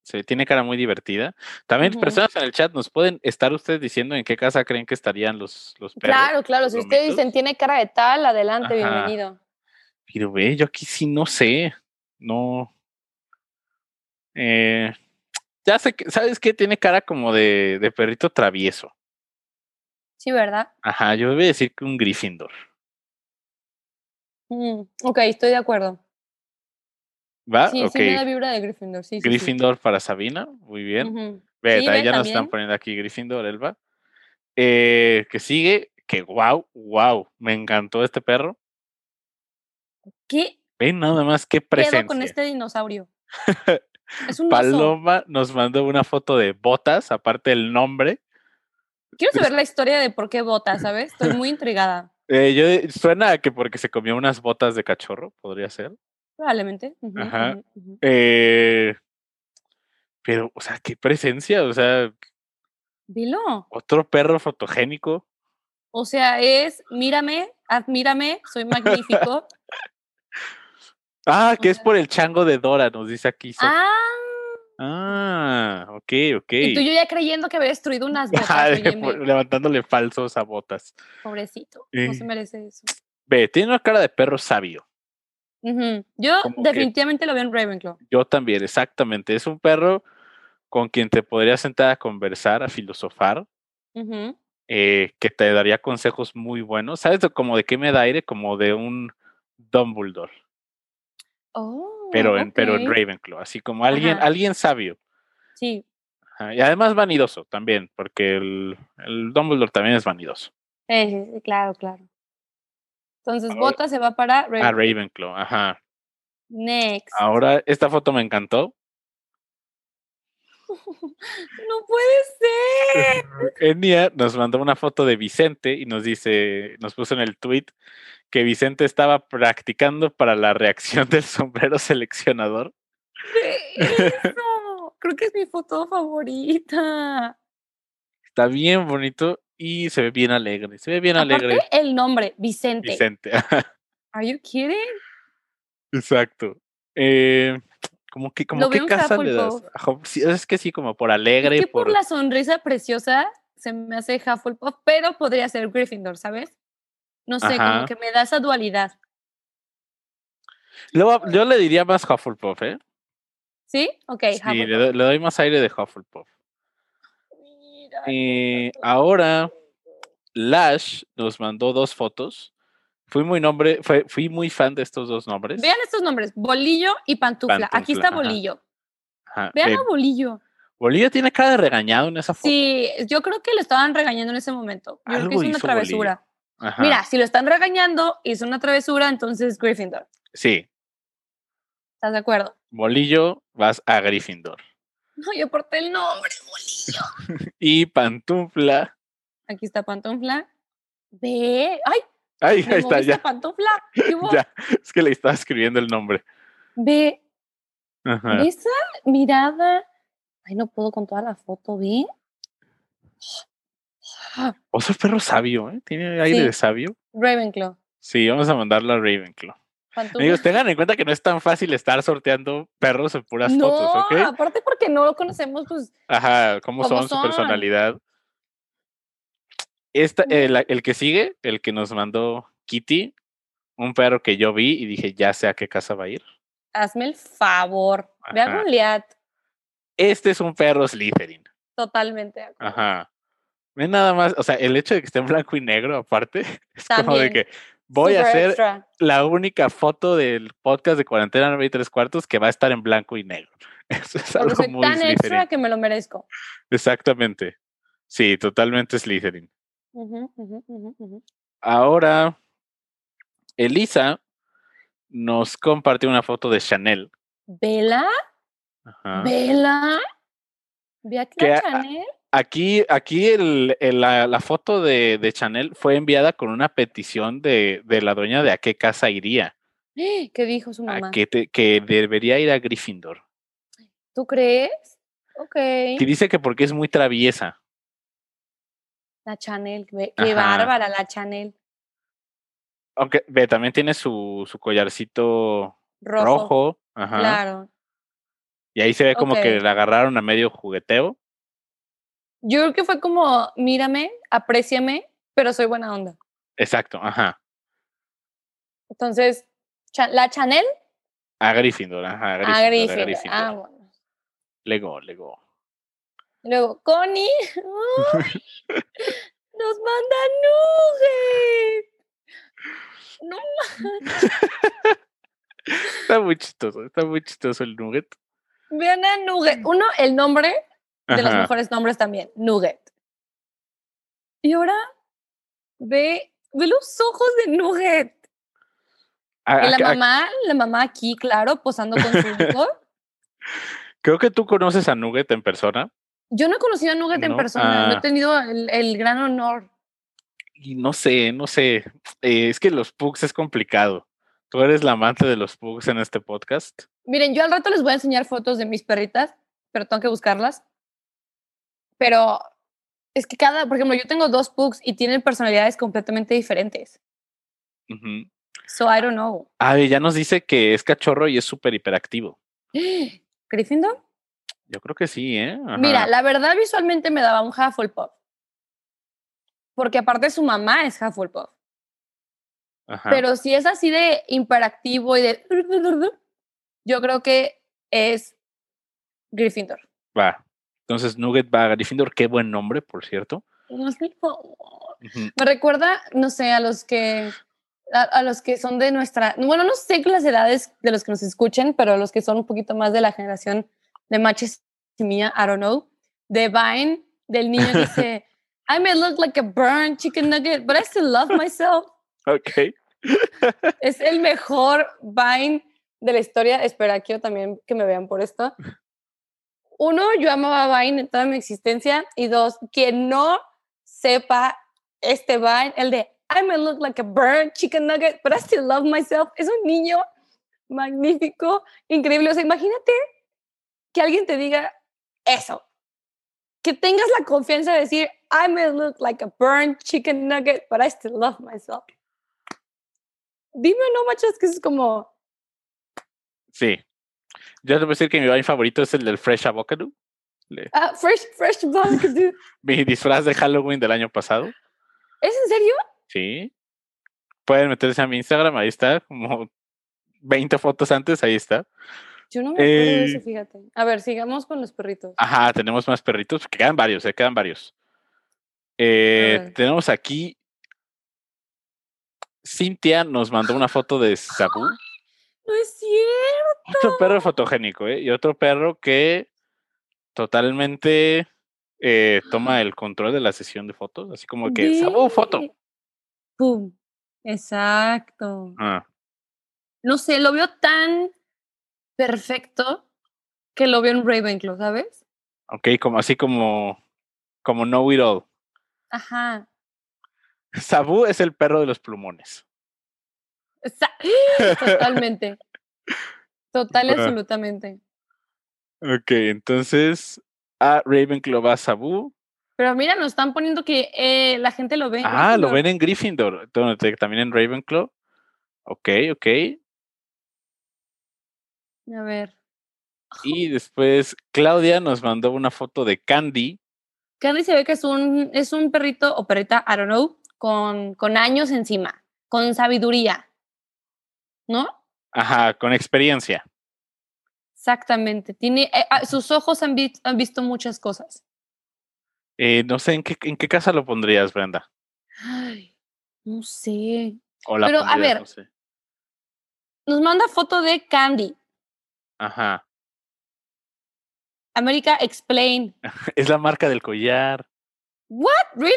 Speaker 1: se tiene cara muy divertida. También
Speaker 2: Ujú.
Speaker 1: personas en el chat nos pueden estar ustedes diciendo en qué casa creen que estarían los, los perros.
Speaker 2: Claro, claro. Si ustedes
Speaker 1: lomitos.
Speaker 2: dicen tiene cara de tal, adelante,
Speaker 1: Ajá.
Speaker 2: bienvenido.
Speaker 1: Pero ve, yo aquí sí no sé. No. Eh, ya sé que, ¿sabes qué? Tiene cara como de, de perrito travieso.
Speaker 2: Sí, ¿verdad?
Speaker 1: Ajá, yo voy a decir que un Gryffindor.
Speaker 2: Mm, Ok, estoy de acuerdo.
Speaker 1: ¿Va?
Speaker 2: sí,
Speaker 1: Ah, ok.
Speaker 2: sí, me da vibra de Gryffindor. Sí, sí, sí.
Speaker 1: Gryffindor para Sabina. Muy bien.
Speaker 2: Ujú.
Speaker 1: Ve,
Speaker 2: Sí,
Speaker 1: ahí
Speaker 2: ve,
Speaker 1: ya nos están
Speaker 2: también.
Speaker 1: poniendo aquí Gryffindor, Elba. Eh, que sigue, que wow, wow, me encantó este perro.
Speaker 2: ¿Qué
Speaker 1: Ven nada más qué presencia.
Speaker 2: pedo con
Speaker 1: *laughs*
Speaker 2: este dinosaurio? es un oso.
Speaker 1: Paloma nos mandó una foto de botas, aparte del nombre.
Speaker 2: Quiero
Speaker 1: *laughs*
Speaker 2: saber la historia de por qué bota, ¿sabes? Estoy muy intrigada.
Speaker 1: Eh, yo de- suena a que porque se comió unas botas de cachorro, podría ser.
Speaker 2: Probablemente. Ujú,
Speaker 1: Ajá.
Speaker 2: ujú, ujú.
Speaker 1: Eh, pero, o sea, qué presencia, o sea,
Speaker 2: Vilo.
Speaker 1: otro perro fotogénico.
Speaker 2: O sea, es mírame, admírame, soy
Speaker 1: *laughs*
Speaker 2: magnífico.
Speaker 1: Ah, que es
Speaker 2: sea-
Speaker 1: por el chango de Dora, nos dice aquí. Sof-
Speaker 2: ah,
Speaker 1: Ah, ok, ok.
Speaker 2: y
Speaker 1: *laughs*
Speaker 2: tú y yo ya creyendo que había destruido unas botas.
Speaker 1: Ajá, Ah, de-
Speaker 2: óyeme,
Speaker 1: por- levantándole falsos a botas.
Speaker 2: pobrecito, no
Speaker 1: Sí.
Speaker 2: se merece eso.
Speaker 1: Ve, tiene una cara de perro sabio.
Speaker 2: Ujú, Yo
Speaker 1: Como que-
Speaker 2: definitivamente lo veo en Ravenclaw.
Speaker 1: Yo también, exactamente. Es un perro con quien te podrías sentar a conversar, a filosofar,
Speaker 2: Ujú.
Speaker 1: eh, que te daría consejos muy buenos. ¿Sabes? de- Como de qué me da aire, como de un Dumbledore,
Speaker 2: Oh,
Speaker 1: pero en, pero en
Speaker 2: ok.
Speaker 1: Ravenclaw, así como alguien,
Speaker 2: Ajá.
Speaker 1: alguien sabio.
Speaker 2: Sí,
Speaker 1: Ajá, Y además vanidoso también, porque el, el Dumbledore también es vanidoso.
Speaker 2: sí, sí, sí, claro, claro. Entonces,
Speaker 1: Ahora-
Speaker 2: Bota se va para Ravenclaw.
Speaker 1: Ah, Ravenclaw, ajá.
Speaker 2: Next.
Speaker 1: Ahora, esta foto me
Speaker 2: *laughs*
Speaker 1: encantó. *laughs*
Speaker 2: No puede
Speaker 1: *laughs*
Speaker 2: ser.
Speaker 1: Enia nos mandó una foto de Vicente y nos dice, nos puso en el tweet que Vicente estaba practicando para la reacción *laughs* del sombrero seleccionador.
Speaker 2: Eso. Creo que es mi foto favorita.
Speaker 1: Está bien bonito y se ve bien alegre. Se ve bien alegre
Speaker 2: Aparte, el nombre, Vicente.
Speaker 1: Vicente.
Speaker 2: Are you kidding?
Speaker 1: Exacto. Eh, como que, como
Speaker 2: Lo
Speaker 1: qué
Speaker 2: vimos a
Speaker 1: casa
Speaker 2: Hufflepuff.
Speaker 1: le das. A Huff- sí, es que sí, como por
Speaker 2: Es
Speaker 1: alegre,
Speaker 2: que
Speaker 1: por,
Speaker 2: por la sonrisa preciosa se me hace Hufflepuff, pero podría ser Gryffindor, ¿sabes? No sé,
Speaker 1: Ajá.
Speaker 2: como que me da esa dualidad,
Speaker 1: Luego,
Speaker 2: *laughs*
Speaker 1: yo le diría más Hufflepuff, ¿eh?
Speaker 2: ¿sí? Ok,
Speaker 1: Sí, le, doy- le doy más aire de Hufflepuff.
Speaker 2: Mira,
Speaker 1: Eh, ahora, Lash nos mandó dos fotos. Fui muy nombre, fue- fui muy fan de estos dos nombres.
Speaker 2: Vean estos nombres, bolillo y pantufla.
Speaker 1: Pantufla,
Speaker 2: Aquí está
Speaker 1: ajá.
Speaker 2: bolillo.
Speaker 1: Ajá,
Speaker 2: Vean
Speaker 1: eh,
Speaker 2: a bolillo.
Speaker 1: Bolillo tiene cara de regañado en esa foto.
Speaker 2: Sí, yo creo que lo estaban regañando en ese momento. Yo creo
Speaker 1: Algo
Speaker 2: que hizo una
Speaker 1: hizo Bolillo.
Speaker 2: travesura.
Speaker 1: Ajá,
Speaker 2: Mira, si lo están regañando, hizo una travesura, entonces Gryffindor.
Speaker 1: Sí,
Speaker 2: ¿Estás de acuerdo? *laughs*
Speaker 1: Bolillo vas a Gryffindor.
Speaker 2: No, yo porté el nombre, bolillo.
Speaker 1: Y Pantufla.
Speaker 2: Aquí está pantufla. Ve. ¡Ay!
Speaker 1: Ay, *laughs*
Speaker 2: me
Speaker 1: ahí está,
Speaker 2: moviste
Speaker 1: ya,
Speaker 2: pantufla.
Speaker 1: *laughs*
Speaker 2: ¿Qué hubo?
Speaker 1: ya. Es que le estaba escribiendo el nombre.
Speaker 2: Ve.
Speaker 1: Ajá.
Speaker 2: ve Esa mirada. Ay, no puedo con toda la foto, ve. Ah,
Speaker 1: Oso perro sabio, ¿eh? Tiene aire
Speaker 2: Sí.
Speaker 1: de sabio.
Speaker 2: Ravenclaw.
Speaker 1: Sí, vamos a mandarla a Ravenclaw.
Speaker 2: Pantufla.
Speaker 1: Amigos, tengan en cuenta que no es tan fácil estar sorteando perros en puras
Speaker 2: no,
Speaker 1: fotos, ¿ok?
Speaker 2: aparte porque no lo conocemos, pues
Speaker 1: Ajá, cómo,
Speaker 2: ¿Cómo
Speaker 1: son, su
Speaker 2: son?
Speaker 1: personalidad. Esta,
Speaker 2: Mm.
Speaker 1: el, el que sigue, el que nos mandó Kitty, un perro que yo vi y dije, ya sé a qué casa va a ir.
Speaker 2: hazme el favor. Ve a
Speaker 1: Ajá.
Speaker 2: Goliath.
Speaker 1: Este es un perro Slytherin.
Speaker 2: Totalmente. ah, de acuerdo.
Speaker 1: Ajá. Ve nada más, o sea, el hecho de que esté en blanco y negro, aparte, *laughs* es como de
Speaker 2: También.
Speaker 1: que voy a
Speaker 2: Super
Speaker 1: hacer
Speaker 2: extra.
Speaker 1: la única foto del podcast de Cuarentena 9 y 3 cuartos que va a estar en blanco y negro. *laughs* Eso es *laughs*
Speaker 2: Porque
Speaker 1: algo
Speaker 2: soy
Speaker 1: muy
Speaker 2: tan
Speaker 1: Slytherin.
Speaker 2: extra que me lo merezco.
Speaker 1: Exactamente. Sí, totalmente Slytherin.
Speaker 2: Ujú, ujú, ujú, ujú.
Speaker 1: Ahora, Elisa nos compartió una foto de Chanel.
Speaker 2: Vela,
Speaker 1: Ajá.
Speaker 2: vela. Ve a
Speaker 1: Que
Speaker 2: Clara
Speaker 1: Ah. a-
Speaker 2: Chanel. *gasps*
Speaker 1: Aquí, aquí el- el- la, la foto de, de Chanel fue enviada con una petición de, de la dueña de a qué casa iría.
Speaker 2: ¡Ah! ¿Qué dijo su
Speaker 1: a
Speaker 2: mamá?
Speaker 1: que, te- que debería ir a Gryffindor.
Speaker 2: ¿Tú crees? Ok.
Speaker 1: Que dice que porque es muy traviesa.
Speaker 2: La Chanel. ve- Qué
Speaker 1: Ajá.
Speaker 2: bárbara la Chanel.
Speaker 1: Aunque ve, también tiene su, su collarcito
Speaker 2: Rojo.
Speaker 1: rojo. Ajá.
Speaker 2: Claro.
Speaker 1: Y ahí se ve como que
Speaker 2: Ok.
Speaker 1: la agarraron a medio jugueteo.
Speaker 2: Yo creo que fue como, mírame, apréciame, pero soy buena onda.
Speaker 1: Exacto, ajá.
Speaker 2: Entonces, Cha- la Chanel
Speaker 1: A Gryffindor, ajá. A Gryffindor.
Speaker 2: a
Speaker 1: a
Speaker 2: Griffin.
Speaker 1: Gryffindor.
Speaker 2: Ah, bueno.
Speaker 1: Lego, Lego.
Speaker 2: Luego,
Speaker 1: *laughs*
Speaker 2: Connie. ¡ay! Nos manda Nugget.
Speaker 1: Está muy chistoso, está muy chistoso el Nugget.
Speaker 2: Vean a Nugget. Uno, el nombre de los
Speaker 1: Ajá.
Speaker 2: mejores nombres también, Nugget. Y ahora ve, ve los ojos de Nugget.
Speaker 1: A-
Speaker 2: Y
Speaker 1: a-
Speaker 2: la
Speaker 1: a-
Speaker 2: mamá, la mamá aquí, claro, posando
Speaker 1: *laughs*
Speaker 2: con su hijo.
Speaker 1: creo que tú conoces a Nugget en persona
Speaker 2: Yo no he conocido a Nugget en
Speaker 1: No,
Speaker 2: persona, no
Speaker 1: ah.
Speaker 2: he tenido el, el gran honor.
Speaker 1: y no sé, no sé. eh, es que los pugs es complicado. Tú eres la amante de los pugs en este podcast.
Speaker 2: Miren, yo al rato les voy a enseñar fotos de mis perritas, pero tengo que buscarlas. Pero es que cada, por ejemplo, yo tengo dos pugs y tienen personalidades completamente diferentes.
Speaker 1: Ujú.
Speaker 2: So I don't know. *gasps*
Speaker 1: Ah, y ya nos dice que es cachorro y es súper hiperactivo.
Speaker 2: ¿Gryffindor?
Speaker 1: Yo creo que sí, ¿eh?
Speaker 2: Mira,
Speaker 1: Ajá.
Speaker 2: la verdad visualmente me daba un Hufflepuff. Porque aparte su mamá es Hufflepuff.
Speaker 1: Ajá.
Speaker 2: Pero si es así de imperactivo y de... Yo creo que es Gryffindor.
Speaker 1: Va. Entonces, Nugget va a Gryffindor. Qué buen nombre, por cierto.
Speaker 2: Me
Speaker 1: Ujú.
Speaker 2: recuerda, no sé, a los que... A, a los que son de nuestra... Bueno, no sé las edades de los que nos escuchen, pero los que son un poquito más de la generación de Maches y mía, I don't know, de Vine, del niño que dice... I may look like a burned chicken nugget, but I still love myself.
Speaker 1: Ok.
Speaker 2: Es el mejor Vine de la historia. Espera, quiero también que me vean por esto. Uno, yo amaba Vine en toda mi existencia. Y dos, quien no sepa este Vine, el de I may look like a burned chicken nugget, but I still love myself. Es un niño magnífico, increíble. O sea, imagínate que alguien te diga eso. Que tengas la confianza de decir I may look like a burned chicken nugget, but I still love myself dime no machas que es como
Speaker 1: Sí. Yo te voy a decir que mi baño favorito es el del Fresh Avocado. Le-
Speaker 2: Ah, Fresh, Fresh Bunk, dude.
Speaker 1: Mi disfraz de Halloween del año pasado.
Speaker 2: ¿Es en serio?
Speaker 1: Sí. Pueden meterse a mi Instagram, ahí está, como 20 fotos antes, ahí está.
Speaker 2: Yo no me acuerdo de
Speaker 1: Eh. ah,
Speaker 2: eso, fíjate. A ver, sigamos con los perritos.
Speaker 1: Ajá, tenemos más perritos, que quedan varios, eh, quedan varios. Eh,
Speaker 2: ver.
Speaker 1: tenemos aquí. Cintia nos mandó una foto de Sabu.
Speaker 2: No es cierto.
Speaker 1: Otro perro fotogénico, ¿eh? Y otro perro que totalmente eh, toma el control de la sesión de fotos, así como que Sabu, foto.
Speaker 2: Ve. Pum. Exacto.
Speaker 1: Ah,
Speaker 2: No sé, lo veo tan perfecto que lo veo en Ravenclaw, ¿sabes?
Speaker 1: ok, como así como, como know it all.
Speaker 2: Ajá.
Speaker 1: Sabu es el perro de los plumones.
Speaker 2: Sa- *gasps* Totalmente. Total y
Speaker 1: Va.
Speaker 2: absolutamente.
Speaker 1: Ok, entonces a Ravenclaw va Sabu.
Speaker 2: Pero mira, nos están poniendo que eh, la gente lo ve. en
Speaker 1: Ah, lo
Speaker 2: Gryffindor.
Speaker 1: ven en Gryffindor, donde te- también en Ravenclaw. Ok, ok.
Speaker 2: A ver.
Speaker 1: Y después Claudia nos mandó una foto de Candy.
Speaker 2: Candy se ve que es un, es un perrito o perrita, I don't know, con, con años encima, con sabiduría. ¿No?
Speaker 1: Ajá, con experiencia.
Speaker 2: Exactamente. Tiene, eh, ah, sus ojos han, vi- han visto muchas cosas.
Speaker 1: Eh, no sé en qué, en qué casa lo pondrías, Brenda.
Speaker 2: Ay, no sé.
Speaker 1: O la
Speaker 2: Pero, a
Speaker 1: pondrías,
Speaker 2: ver.
Speaker 1: no sé.
Speaker 2: Nos manda foto de Candy.
Speaker 1: Ajá. *laughs*
Speaker 2: América Explain.
Speaker 1: Es la marca del collar.
Speaker 2: What? Really?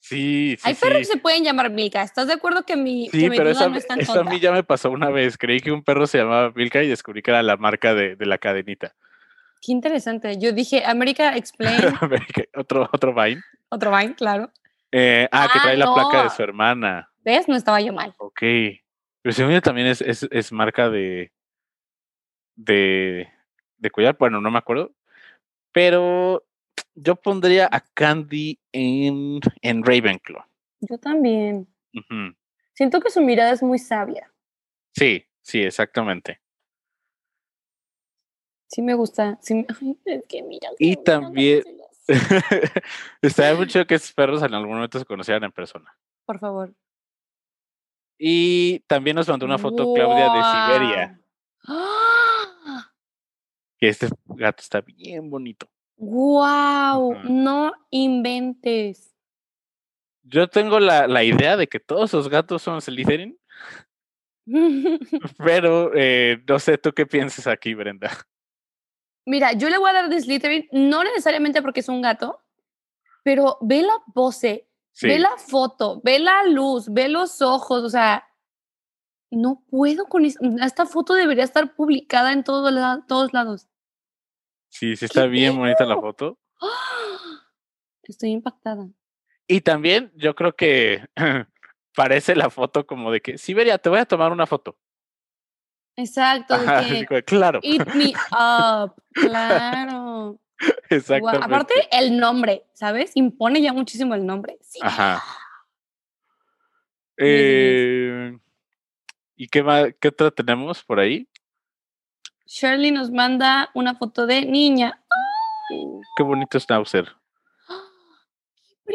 Speaker 1: Sí, sí.
Speaker 2: Hay perros que
Speaker 1: sí.
Speaker 2: se pueden llamar Milka. ¿Estás de acuerdo que mi,
Speaker 1: Sí,
Speaker 2: que mi
Speaker 1: pero
Speaker 2: duda
Speaker 1: esa,
Speaker 2: no es tan
Speaker 1: esa a
Speaker 2: tonta?
Speaker 1: mí ya me pasó una vez. Creí que un perro se llamaba Milka y descubrí que era la marca de, de la
Speaker 2: *laughs*
Speaker 1: cadenita. *laughs*
Speaker 2: Qué interesante. Yo dije América
Speaker 1: *laughs*
Speaker 2: Explain.
Speaker 1: otro, otro Vine.
Speaker 2: Otro Vine, claro.
Speaker 1: Eh, ah, que
Speaker 2: Ah,
Speaker 1: trae la placa de
Speaker 2: no.
Speaker 1: su hermana.
Speaker 2: ¿Ves? No estaba yo mal.
Speaker 1: Ok. Pero según yo también es, es, es marca de, de. de collar. Bueno, no me acuerdo. Pero yo pondría a Candy en, en Ravenclaw.
Speaker 2: Yo también.
Speaker 1: Ujú.
Speaker 2: Siento que su mirada es muy sabia.
Speaker 1: Sí, sí, exactamente. *laughs*
Speaker 2: Sí me gusta. Sí me- Ay, es que mira.
Speaker 1: Y
Speaker 2: se me dan
Speaker 1: también- *laughs*
Speaker 2: ganas de los-
Speaker 1: Estaría muy chido que esos perros en algún momento se conocieran en persona.
Speaker 2: Por favor.
Speaker 1: Y también nos mandó una foto Claudia de
Speaker 2: *gasps*
Speaker 1: Siberia, que este gato está bien bonito.
Speaker 2: ¡Wow!
Speaker 1: Ajá.
Speaker 2: No inventes. *laughs*
Speaker 1: Yo tengo la, la idea de que todos los gatos son Slytherin, pero eh, no sé tú qué piensas aquí, Brenda. *laughs*
Speaker 2: Mira, yo le voy a dar de Slytherin, no necesariamente porque es un gato, pero ve la pose,
Speaker 1: Sí,
Speaker 2: ve la foto, ve la luz, ve los ojos, o sea, no puedo con es- Esta foto debería estar publicada en todos la- todos lados. *gasps*
Speaker 1: sí, sí está bien bonita la
Speaker 2: lindo!
Speaker 1: foto.
Speaker 2: ¡Ah! Estoy impactada.
Speaker 1: Y también yo creo que *laughs* parece la foto como de que, Siberia, te voy a tomar una foto.
Speaker 2: Exacto. de
Speaker 1: Ajá, *laughs*
Speaker 2: que,
Speaker 1: así como de, claro,
Speaker 2: Eat me up, claro. Guau,
Speaker 1: exactamente.
Speaker 2: Aparte, el nombre, ¿sabes? Impone ya muchísimo el nombre. Sí.
Speaker 1: Ajá.
Speaker 2: Diez de diez.
Speaker 1: Eh, ¿Y qué, más, qué otra tenemos por ahí?
Speaker 2: Shirley nos manda una foto de niña. ¡Ay!
Speaker 1: Qué bonito Schnauzer.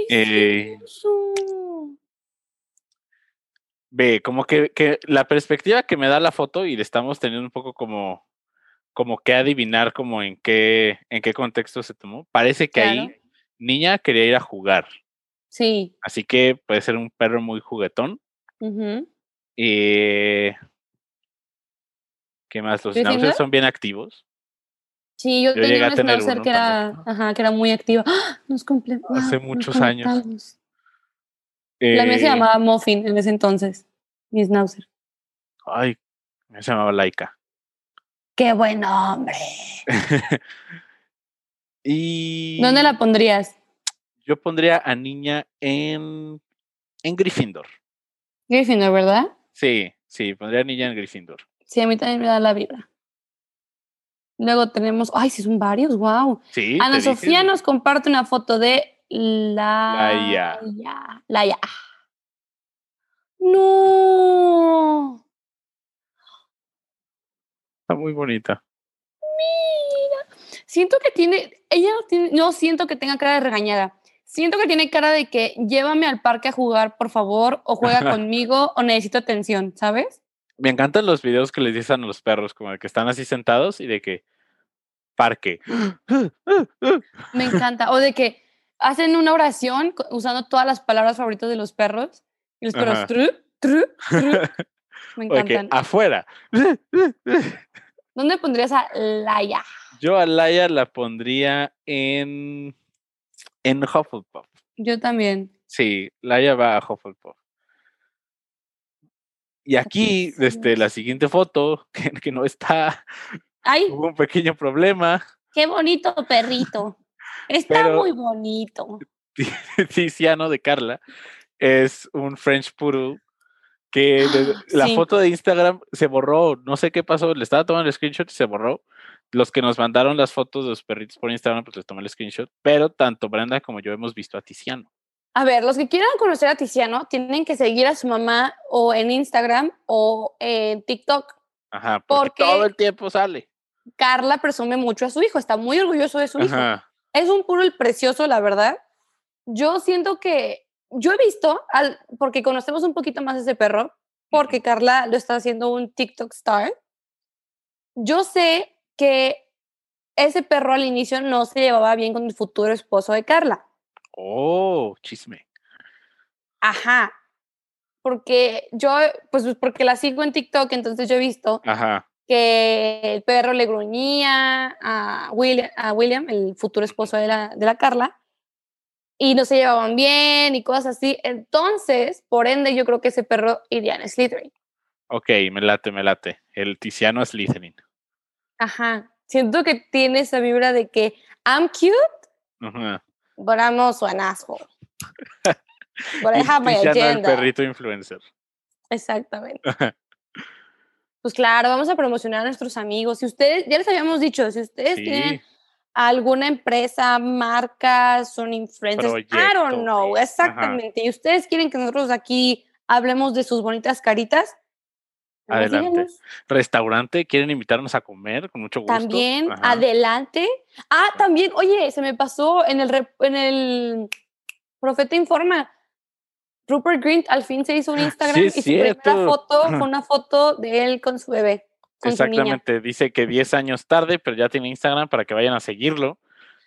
Speaker 1: Eh.
Speaker 2: ¡Precioso!
Speaker 1: Ve, como que, que la perspectiva que me da la foto y le estamos teniendo un poco como, como que adivinar como en qué, en qué contexto se tomó. Parece que
Speaker 2: Claro.
Speaker 1: ahí niña quería ir a jugar.
Speaker 2: Sí.
Speaker 1: Así que puede ser un perro muy juguetón.
Speaker 2: ujú.
Speaker 1: Eh, ¿Qué más? Los
Speaker 2: ¿Tú
Speaker 1: Schnauzers
Speaker 2: siendo?
Speaker 1: son bien activos.
Speaker 2: Sí, yo,
Speaker 1: Yo llegué
Speaker 2: tenía
Speaker 1: a
Speaker 2: un
Speaker 1: tener
Speaker 2: schnauzer
Speaker 1: uno
Speaker 2: que era,
Speaker 1: también.
Speaker 2: ajá, que era muy activa. ¡Ah! Nos cumple.
Speaker 1: Hace
Speaker 2: ¡Guau! Nos
Speaker 1: muchos años.
Speaker 2: conectamos. La mía se
Speaker 1: Eh,
Speaker 2: llamaba Muffin en ese entonces. Mi schnauzer.
Speaker 1: Ay, se llamaba Laika.
Speaker 2: ¡Qué buen hombre!
Speaker 1: y
Speaker 2: ¿Dónde la pondrías?
Speaker 1: yo pondría a niña en, en Gryffindor.
Speaker 2: Gryffindor, ¿verdad?
Speaker 1: Sí, sí, pondría a niña en Gryffindor.
Speaker 2: Sí, a mí también me da la vibra. Luego tenemos, ay, sí, son varios, wow.
Speaker 1: Sí, te
Speaker 2: Ana
Speaker 1: dije,
Speaker 2: Ah, Sofía nos comparte una foto de la
Speaker 1: Laia.
Speaker 2: Laia. Laia. No.
Speaker 1: Está muy bonita.
Speaker 2: Mira. Siento que tiene, ella no, tiene, no siento que tenga cara de regañada. Siento que tiene cara de que llévame al parque a jugar, por favor,
Speaker 1: *laughs*
Speaker 2: o juega conmigo, o necesito atención, ¿sabes?
Speaker 1: Me encantan los videos que les dicen a los perros, como de que están así sentados y de que parque.
Speaker 2: Me encanta. O de que hacen una oración co- usando todas las palabras favoritas de los perros. Y los perros,
Speaker 1: Ajá. ah.
Speaker 2: tru, tru,
Speaker 1: *laughs*
Speaker 2: tru. Me
Speaker 1: O de que
Speaker 2: encantan.
Speaker 1: afuera.
Speaker 2: ¿Dónde pondrías a Laia?
Speaker 1: Yo a Laia la pondría en, en Hufflepuff.
Speaker 2: Yo también.
Speaker 1: Sí, Laia va a Hufflepuff. Y aquí, desde la siguiente foto, *laughs* que, que no está,
Speaker 2: ¡Ay,
Speaker 1: hubo un pequeño problema.
Speaker 2: qué bonito perrito! Está
Speaker 1: Pero-
Speaker 2: muy bonito.
Speaker 1: Tiziano de Carla es un French Poodle que de- la
Speaker 2: Ah, Sí.
Speaker 1: foto de Instagram se borró, no sé qué pasó, le estaba tomando el screenshot y se borró. Los que nos mandaron las fotos de los perritos por Instagram, pues les tomé el screenshot, pero tanto Brenda como yo hemos visto a Tiziano.
Speaker 2: A ver, los que quieran conocer a Tiziano tienen que seguir a su mamá o en Instagram o en TikTok.
Speaker 1: Ajá, porque
Speaker 2: Porque-
Speaker 1: todo el tiempo sale.
Speaker 2: Carla presume mucho a su hijo, está muy orgulloso de su hijo.
Speaker 1: Ajá.
Speaker 2: Es un puro el precioso, la verdad. Yo siento que yo he visto, al, porque conocemos un poquito más de ese perro, porque Carla lo está haciendo un TikTok star. Yo sé que ese perro al inicio no se llevaba bien con el futuro esposo de Carla.
Speaker 1: Oh, chisme.
Speaker 2: Ajá. Porque yo, pues porque la sigo en TikTok, entonces yo he visto
Speaker 1: Ajá.
Speaker 2: que el perro le gruñía a William, a William el futuro esposo de la, de la Carla, y no se llevaban bien y cosas así. Entonces, por ende, yo creo que ese perro iría en Slytherin.
Speaker 1: Ok, me late, me late. El Tiziano es listening.
Speaker 2: Ajá. Siento que tiene esa vibra de que I'm cute,
Speaker 1: Ajá.
Speaker 2: but I'm also
Speaker 1: *laughs*
Speaker 2: an asshole. But I
Speaker 1: Y
Speaker 2: have my
Speaker 1: Tiziano el
Speaker 2: agenda.
Speaker 1: perrito influencer. *laughs*
Speaker 2: Exactamente. Pues claro, vamos a promocionar a nuestros amigos. Si ustedes, ya les habíamos dicho, si ustedes tienen
Speaker 1: Sí,
Speaker 2: alguna empresa, marca, son influencers, I
Speaker 1: Proyecto,
Speaker 2: don't know,
Speaker 1: sí, ajá.
Speaker 2: exactamente. Y ustedes quieren que nosotros aquí hablemos de sus bonitas caritas. nada más
Speaker 1: Adelante.
Speaker 2: díganos.
Speaker 1: restaurante, quieren invitarnos a comer, con mucho gusto.
Speaker 2: También,
Speaker 1: Ajá.
Speaker 2: adelante. Ah, también, oye, se me pasó en el, rep- en el Profeta Informa. Rupert Grint al fin se hizo un Instagram
Speaker 1: Ah, Sí,
Speaker 2: y
Speaker 1: es
Speaker 2: su primera
Speaker 1: cierto.
Speaker 2: foto fue una foto de él con su bebé. con su niña.
Speaker 1: Exactamente, dice que 10 años tarde, pero ya tiene Instagram para que vayan a seguirlo.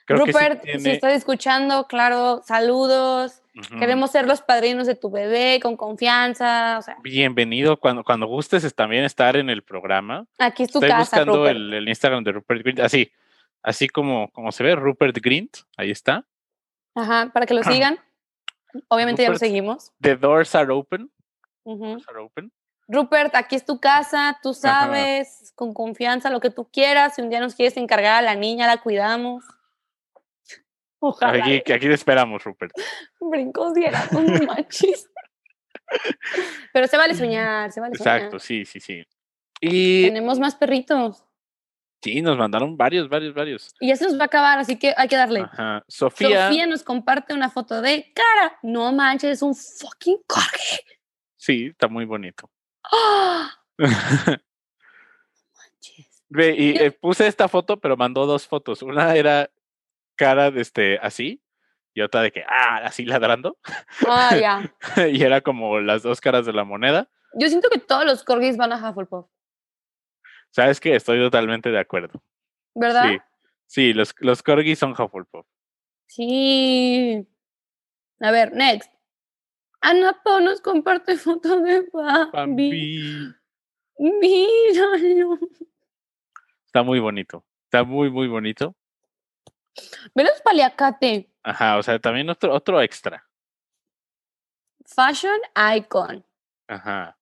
Speaker 1: Creo
Speaker 2: Rupert,
Speaker 1: que sí
Speaker 2: si
Speaker 1: tiene,
Speaker 2: estás escuchando, claro, saludos.
Speaker 1: ujú,
Speaker 2: Queremos ser los padrinos de tu bebé con confianza. O sea,
Speaker 1: Bienvenido, cuando, cuando gustes es también estar en el programa.
Speaker 2: aquí es tu
Speaker 1: Estoy
Speaker 2: casa,
Speaker 1: buscando
Speaker 2: Rupert.
Speaker 1: el, el Instagram de Rupert Grint, así, así como, como se ve, Rupert Grint, ahí está.
Speaker 2: Ajá, para que
Speaker 1: *clears throat*
Speaker 2: lo sigan. Obviamente ya lo
Speaker 1: Rupert.
Speaker 2: seguimos.
Speaker 1: The doors are open.
Speaker 2: Ujú.
Speaker 1: doors are open.
Speaker 2: Rupert, aquí es tu casa, tú sabes, con confianza, lo que tú quieras. Si un día nos quieres encargar a la niña, la cuidamos. Ojalá.
Speaker 1: Aquí, aquí te esperamos, Rupert.
Speaker 2: *laughs* Brincos dieras, no manches. Pero
Speaker 1: *clears throat*
Speaker 2: se vale soñar, se vale
Speaker 1: Exacto,
Speaker 2: soñar.
Speaker 1: sí, sí, sí. Y
Speaker 2: Tenemos más perritos.
Speaker 1: sí, nos mandaron varios, varios, varios.
Speaker 2: Y ya se nos va a acabar, así que hay que darle.
Speaker 1: Ajá.
Speaker 2: Sofía,
Speaker 1: Sofía,
Speaker 2: nos comparte una foto de cara. No manches, es un fucking corgi.
Speaker 1: sí, está muy bonito.
Speaker 2: ¡Ah! Manches.
Speaker 1: Ve, y
Speaker 2: Yo-
Speaker 1: eh, puse esta foto, pero mandó dos fotos. Una era cara de este así y otra de que ah, así ladrando. *laughs*
Speaker 2: Ah, ya.
Speaker 1: y era como las dos caras de la moneda.
Speaker 2: Yo siento que todos los corgis van a Hufflepuff,
Speaker 1: Sabes que estoy totalmente de acuerdo.
Speaker 2: ¿verdad?
Speaker 1: Sí, sí, los, los corgis son Hufflepuff.
Speaker 2: Sí. A ver, next. Ana Pau nos comparte fotos de Bambi.
Speaker 1: Bambi.
Speaker 2: Míralo.
Speaker 1: Está muy bonito. Está muy, muy bonito.
Speaker 2: Ve los paliacate.
Speaker 1: Ajá, o sea, también otro, otro extra.
Speaker 2: Fashion icon.
Speaker 1: Ajá.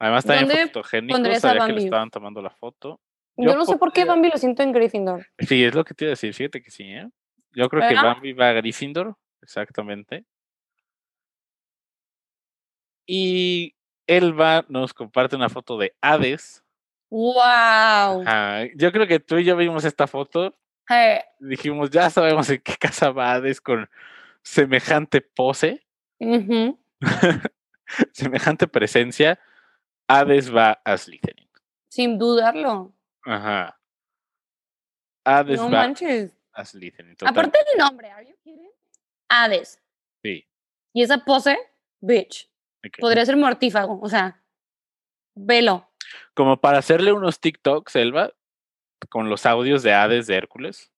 Speaker 1: Además, también
Speaker 2: ¿Dónde
Speaker 1: fotogénico.
Speaker 2: pondrías a
Speaker 1: Sabía que le
Speaker 2: Bambi?
Speaker 1: estaban tomando la foto.
Speaker 2: Yo,
Speaker 1: Yo
Speaker 2: no sé por qué
Speaker 1: pondría-
Speaker 2: Bambi lo siento en Gryffindor.
Speaker 1: Sí, es lo que te iba a decir, fíjate que sí, ¿eh? Yo creo que
Speaker 2: ¿Verdad?
Speaker 1: Bambi va a Gryffindor, exactamente. Y Elba nos comparte una foto de Hades.
Speaker 2: ¡Wow!
Speaker 1: Ah, yo creo que tú y yo vimos esta foto,
Speaker 2: Hey,
Speaker 1: dijimos, ya sabemos en qué casa va Hades con semejante pose, *laughs*
Speaker 2: ujú.
Speaker 1: semejante presencia. Hades va a Slytherin.
Speaker 2: Sin dudarlo.
Speaker 1: Ajá. Hades
Speaker 2: No
Speaker 1: va
Speaker 2: manches.
Speaker 1: as Lithen, total.
Speaker 2: Aparte del nombre, ¿are you kidding? Hades.
Speaker 1: Sí.
Speaker 2: Y esa pose, bitch.
Speaker 1: Ok.
Speaker 2: Podría ser mortífago, o sea, velo.
Speaker 1: Como para hacerle unos TikToks, Elba, con los audios de Hades de Hércules.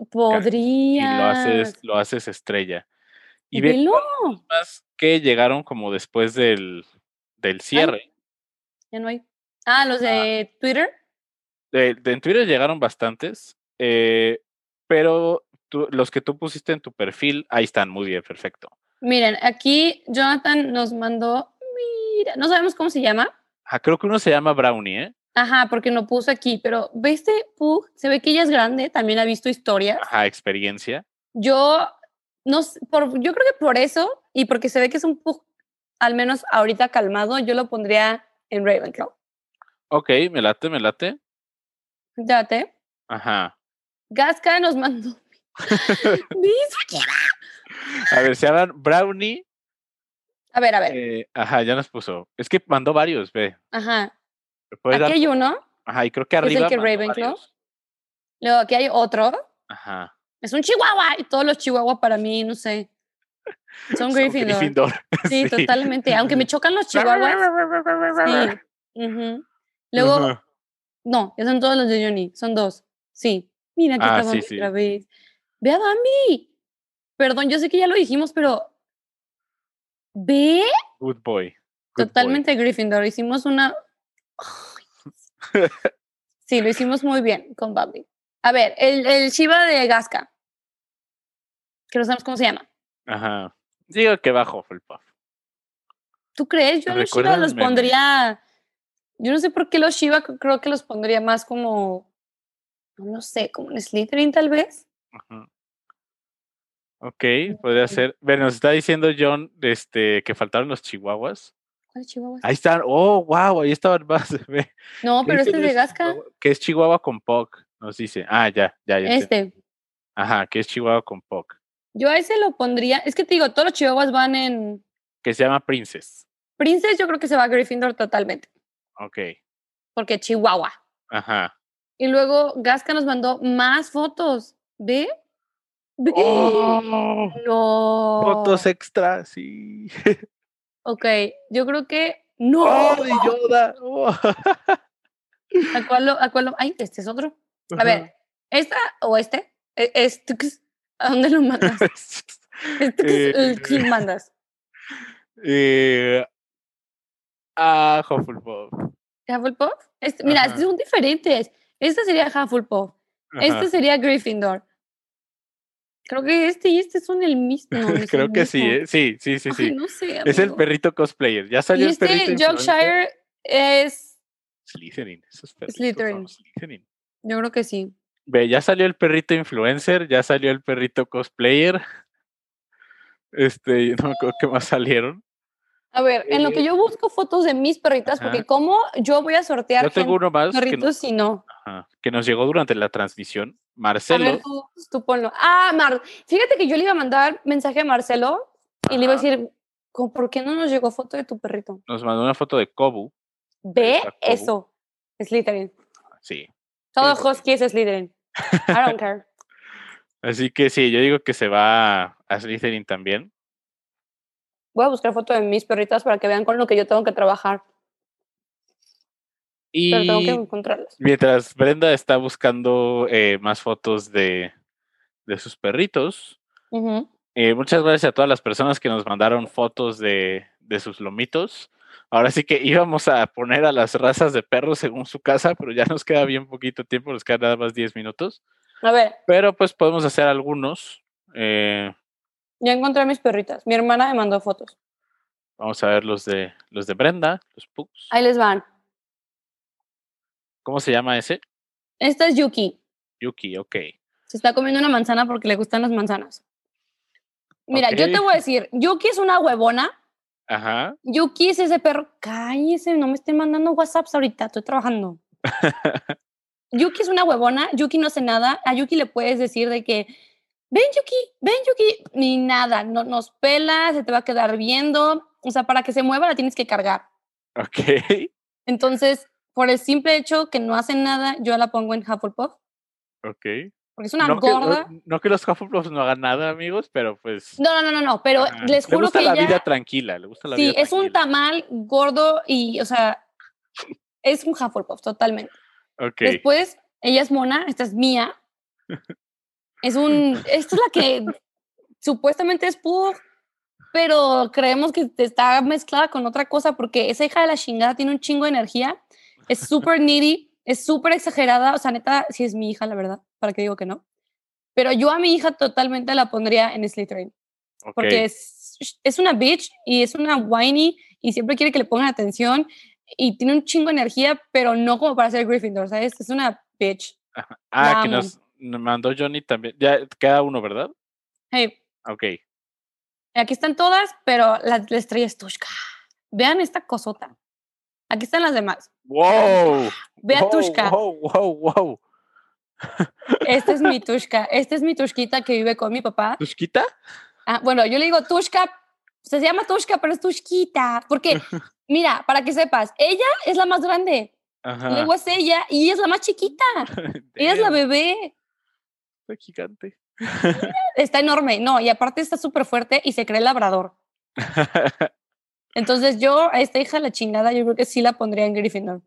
Speaker 1: Y
Speaker 2: Podría.
Speaker 1: lo haces, lo haces estrella. Y ve
Speaker 2: velo.
Speaker 1: más que llegaron como después del, del cierre.
Speaker 2: Ya no hay. Ah, los de Twitter.
Speaker 1: De- de- en Twitter llegaron bastantes, eh, pero tú- los que tú pusiste en tu perfil, ahí están, muy bien, perfecto.
Speaker 2: Miren, aquí Jonathan nos mandó. Mira, no sabemos cómo se llama.
Speaker 1: Ajá, creo que uno se llama Brownie, ¿eh?
Speaker 2: Ajá, porque no puso aquí, pero ve este Pug, se ve que ella es grande, también ha visto historias.
Speaker 1: Ajá, experiencia.
Speaker 2: Yo no s- por, yo creo que por eso y porque se ve que es un Pug, al menos ahorita calmado, yo lo pondría en Ravenclaw.
Speaker 1: Ok, me late, me late.
Speaker 2: Date.
Speaker 1: Ajá.
Speaker 2: Gasca nos mandó. *laughs* Dice-
Speaker 1: A ver, se llaman Brownie.
Speaker 2: a ver, a ver.
Speaker 1: eh, ajá, ya nos puso. Es que mandó varios, ve.
Speaker 2: Ajá.
Speaker 1: Puedes
Speaker 2: Aquí
Speaker 1: dar-
Speaker 2: hay uno,
Speaker 1: ajá, y creo que
Speaker 2: es el
Speaker 1: arriba.
Speaker 2: que
Speaker 1: mandó
Speaker 2: Ravenclaw.
Speaker 1: varios.
Speaker 2: luego aquí hay otro.
Speaker 1: Ajá.
Speaker 2: Es un chihuahua y todos los chihuahuas para mí, no sé. Son Gryffindor. *laughs*
Speaker 1: *laughs* sí.
Speaker 2: Sí, totalmente. Aunque me chocan los chihuahuas. sí. ujú. Luego,
Speaker 1: Ajá.
Speaker 2: no, ya son todos los de Johnny, son dos. Sí. Mira, aquí
Speaker 1: Ah,
Speaker 2: está Bambi
Speaker 1: sí, sí.
Speaker 2: otra vez. Ve a Bambi. Perdón, yo sé que ya lo dijimos, pero ve
Speaker 1: Good boy. good boy.
Speaker 2: totalmente Gryffindor.
Speaker 1: *laughs*
Speaker 2: Hicimos una. Ay. Sí, lo hicimos muy bien con Bambi. A ver, el, el Shiva de Gasca. Que no sabemos cómo se llama.
Speaker 1: Ajá. Digo que bajo Hufflepuff.
Speaker 2: ¿Tú crees? Yo a los
Speaker 1: Recuerda
Speaker 2: Shiva
Speaker 1: el
Speaker 2: los
Speaker 1: meme.
Speaker 2: pondría. Yo no sé por qué los Shiva c- creo que los pondría más como. No sé, como un Slytherin tal vez.
Speaker 1: Ajá. Ok, podría ser. Bueno, nos está diciendo John este, que faltaron los chihuahuas.
Speaker 2: ¿Cuál es Chihuahua?
Speaker 1: Ahí están. Oh, wow, ahí estaban más. *laughs* ve.
Speaker 2: no, pero este es
Speaker 1: Gryffindor
Speaker 2: de Gasca.
Speaker 1: Chihuahua- Que es Chihuahua con Puck, nos dice. Ah, ya, ya, ya. entendí.
Speaker 2: Este.
Speaker 1: Ajá, que es Chihuahua con Puck.
Speaker 2: Yo a ese lo pondría. Es que te digo, todos los Chihuahuas van en.
Speaker 1: Que se llama Princess.
Speaker 2: Princess, yo creo que se va a Gryffindor totalmente.
Speaker 1: Ok.
Speaker 2: Porque Chihuahua.
Speaker 1: Ajá.
Speaker 2: Y luego Gasca nos mandó más fotos. ¿Ve? ¿Ve?
Speaker 1: Oh,
Speaker 2: No.
Speaker 1: Fotos extra, sí.
Speaker 2: Ok, yo creo que. ¡No!
Speaker 1: ¡Oh, de Yoda! Oh.
Speaker 2: ¿A cuál lo- a cuál lo- Ay, este es otro. *laughs* A
Speaker 1: *laughs*
Speaker 2: ver, ¿esta o este? E- este, x, ¿A dónde
Speaker 1: *laughs*
Speaker 2: lo mandas? Este
Speaker 1: Eh,
Speaker 2: x, lo mandas.
Speaker 1: Eh, ah, Hufflepuff.
Speaker 2: ¿Hufflepuff? Este, mira,
Speaker 1: Ajá.
Speaker 2: estos son diferentes. Esta sería Hufflepuff.
Speaker 1: Ajá.
Speaker 2: Este sería Gryffindor. Creo que este y este son el mismo.
Speaker 1: *laughs*
Speaker 2: no es el
Speaker 1: Creo que sí,
Speaker 2: mismo.
Speaker 1: ¿eh? sí, sí, sí,
Speaker 2: Ay,
Speaker 1: sí.
Speaker 2: no sé,
Speaker 1: es el
Speaker 2: amigo.
Speaker 1: perrito cosplayer. Ya
Speaker 2: Y
Speaker 1: salió el
Speaker 2: este
Speaker 1: perrito. influencer.
Speaker 2: Yorkshire es.
Speaker 1: Slytherin. Esos perritos son
Speaker 2: Slytherin.
Speaker 1: Slytherin.
Speaker 2: Yo creo que sí.
Speaker 1: Ve, ya salió el perrito influencer, ya salió el perrito cosplayer. Este, no creo que más salieron.
Speaker 2: A ver, en lo que
Speaker 1: Eh,
Speaker 2: yo busco fotos de mis perritas,
Speaker 1: ajá.
Speaker 2: porque cómo yo voy a sortear
Speaker 1: Yo tengo
Speaker 2: gente-
Speaker 1: uno más que,
Speaker 2: perritos
Speaker 1: nos,
Speaker 2: si no.
Speaker 1: ajá, que nos llegó durante la transmisión.
Speaker 2: A ver,
Speaker 1: Marcelo.
Speaker 2: tú, tú ponlo. Ah, Mar, fíjate que yo le iba a mandar mensaje a Marcelo y le iba a
Speaker 1: Ajá.
Speaker 2: decir, "Co- ¿por qué no nos llegó foto de tu perrito?
Speaker 1: nos mandó una foto de Kobu.
Speaker 2: Ve
Speaker 1: está Kobu.
Speaker 2: eso. Slytherin.
Speaker 1: Sí.
Speaker 2: Todo
Speaker 1: porque-
Speaker 2: husky es Slytherin. I don't care.
Speaker 1: Así que sí, yo digo que se va a Slytherin también.
Speaker 2: Voy a buscar foto de mis perritas para que vean con lo que yo tengo que trabajar.
Speaker 1: Y
Speaker 2: Pero tengo que encontrarlas.
Speaker 1: mientras Brenda está buscando eh, más fotos de, de sus perritos,
Speaker 2: Ujú.
Speaker 1: eh, muchas gracias a todas las personas que nos mandaron fotos de, de sus lomitos. Ahora sí que íbamos a poner a las razas de perros según su casa, pero ya nos queda bien poquito tiempo, nos quedan nada más 10 minutos.
Speaker 2: A ver,
Speaker 1: Pero pues podemos hacer algunos. eh,
Speaker 2: ya encontré a mis perritas. Mi hermana me mandó fotos.
Speaker 1: vamos a ver los de los de Brenda, los Pugs.
Speaker 2: Ahí les van.
Speaker 1: ¿Cómo se llama ese?
Speaker 2: Esta es Yuki.
Speaker 1: Yuki, ok.
Speaker 2: Se está comiendo una manzana porque le gustan las manzanas. Mira, yo te
Speaker 1: Ok.
Speaker 2: voy a decir, Yuki es una huevona.
Speaker 1: Ajá. *laughs*
Speaker 2: Yuki es ese perro. Cállese, no me estén mandando WhatsApps ahorita, estoy trabajando.
Speaker 1: *laughs*
Speaker 2: Yuki es una huevona, Yuki no hace nada. A Yuki le puedes decir de que, ven Yuki, ven Yuki, ni nada, no nos pela, se te va a quedar viendo. O sea, para que se mueva la tienes que cargar.
Speaker 1: Ok.
Speaker 2: Entonces, por el simple hecho que no hacen nada, yo la pongo en Hufflepuff.
Speaker 1: Ok.
Speaker 2: Porque es una
Speaker 1: no, que,
Speaker 2: gorda.
Speaker 1: no- no que los Hufflepuffs no hagan nada, amigos, pero pues.
Speaker 2: No, no, no, no, no, pero
Speaker 1: ajá.
Speaker 2: les
Speaker 1: le
Speaker 2: juro
Speaker 1: gusta
Speaker 2: que
Speaker 1: la
Speaker 2: ella-
Speaker 1: vida tranquila, le gusta la
Speaker 2: sí,
Speaker 1: vida
Speaker 2: es un
Speaker 1: tranquila.
Speaker 2: tamal gordo y, o sea, es un Hufflepuff, totalmente.
Speaker 1: Ok.
Speaker 2: Después, ella es mona, esta es mía. Es un, esta es la que supuestamente es pug, pero creemos que está mezclada con otra cosa porque esa hija de la chingada tiene un chingo de energía, es súper needy, es súper exagerada, o sea, neta, sí es mi hija, la verdad, para que digo que no. Pero yo a mi hija totalmente la pondría en Slytherin
Speaker 1: ok.
Speaker 2: porque es, es una bitch y es una whiny y siempre quiere que le pongan atención y tiene un chingo de energía, pero no como para ser Gryffindor, ¿sabes? Es una bitch.
Speaker 1: ah,
Speaker 2: la
Speaker 1: que
Speaker 2: amo.
Speaker 1: nos nos mandó Johnny también. Ya queda uno, ¿verdad?
Speaker 2: Hey,
Speaker 1: Ok.
Speaker 2: aquí están todas, pero la, la estrella es Tushka. Vean esta cosota. Aquí están las demás.
Speaker 1: ¡Wow!
Speaker 2: Vean
Speaker 1: wow,
Speaker 2: Tushka.
Speaker 1: ¡Wow, wow, wow!
Speaker 2: Esta es mi Tushka. Esta es mi Tushquita que vive con mi papá.
Speaker 1: ¿Tushquita?
Speaker 2: Ah, bueno, yo le digo Tushka. Se llama Tushka, pero es Tushquita. Porque, mira, para que sepas, ella es la más grande.
Speaker 1: Ajá.
Speaker 2: Luego es ella y ella es la más chiquita. Ella es la
Speaker 1: Damn,
Speaker 2: bebé.
Speaker 1: está gigante. *laughs*
Speaker 2: Está enorme. No, y aparte está súper fuerte y se cree labrador. Entonces yo a esta hija de la chingada yo creo que sí la pondría en Gryffindor.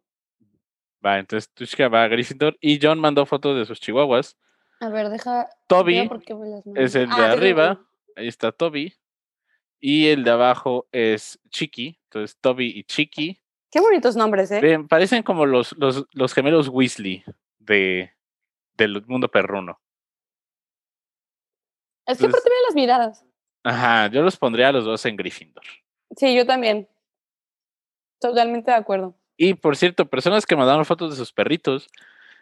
Speaker 1: Va, entonces Tushka va a Gryffindor y John mandó fotos de sus chihuahuas.
Speaker 2: A ver, deja...
Speaker 1: Toby,
Speaker 2: veo por qué me las
Speaker 1: es
Speaker 2: mandé.
Speaker 1: el de
Speaker 2: Ah, tengo
Speaker 1: arriba.
Speaker 2: uno.
Speaker 1: ahí está Toby. Y el de abajo es Chiqui. Entonces Toby y Chiqui.
Speaker 2: Qué bonitos nombres, ¿eh?
Speaker 1: Ven, parecen como los, los, los gemelos Weasley de, del mundo perruno.
Speaker 2: es
Speaker 1: pues
Speaker 2: que aparte miren las miradas.
Speaker 1: Ajá, yo los pondría a los dos en Gryffindor.
Speaker 2: Sí, yo también. Totalmente de acuerdo.
Speaker 1: Y por cierto, personas que mandaron fotos de sus perritos,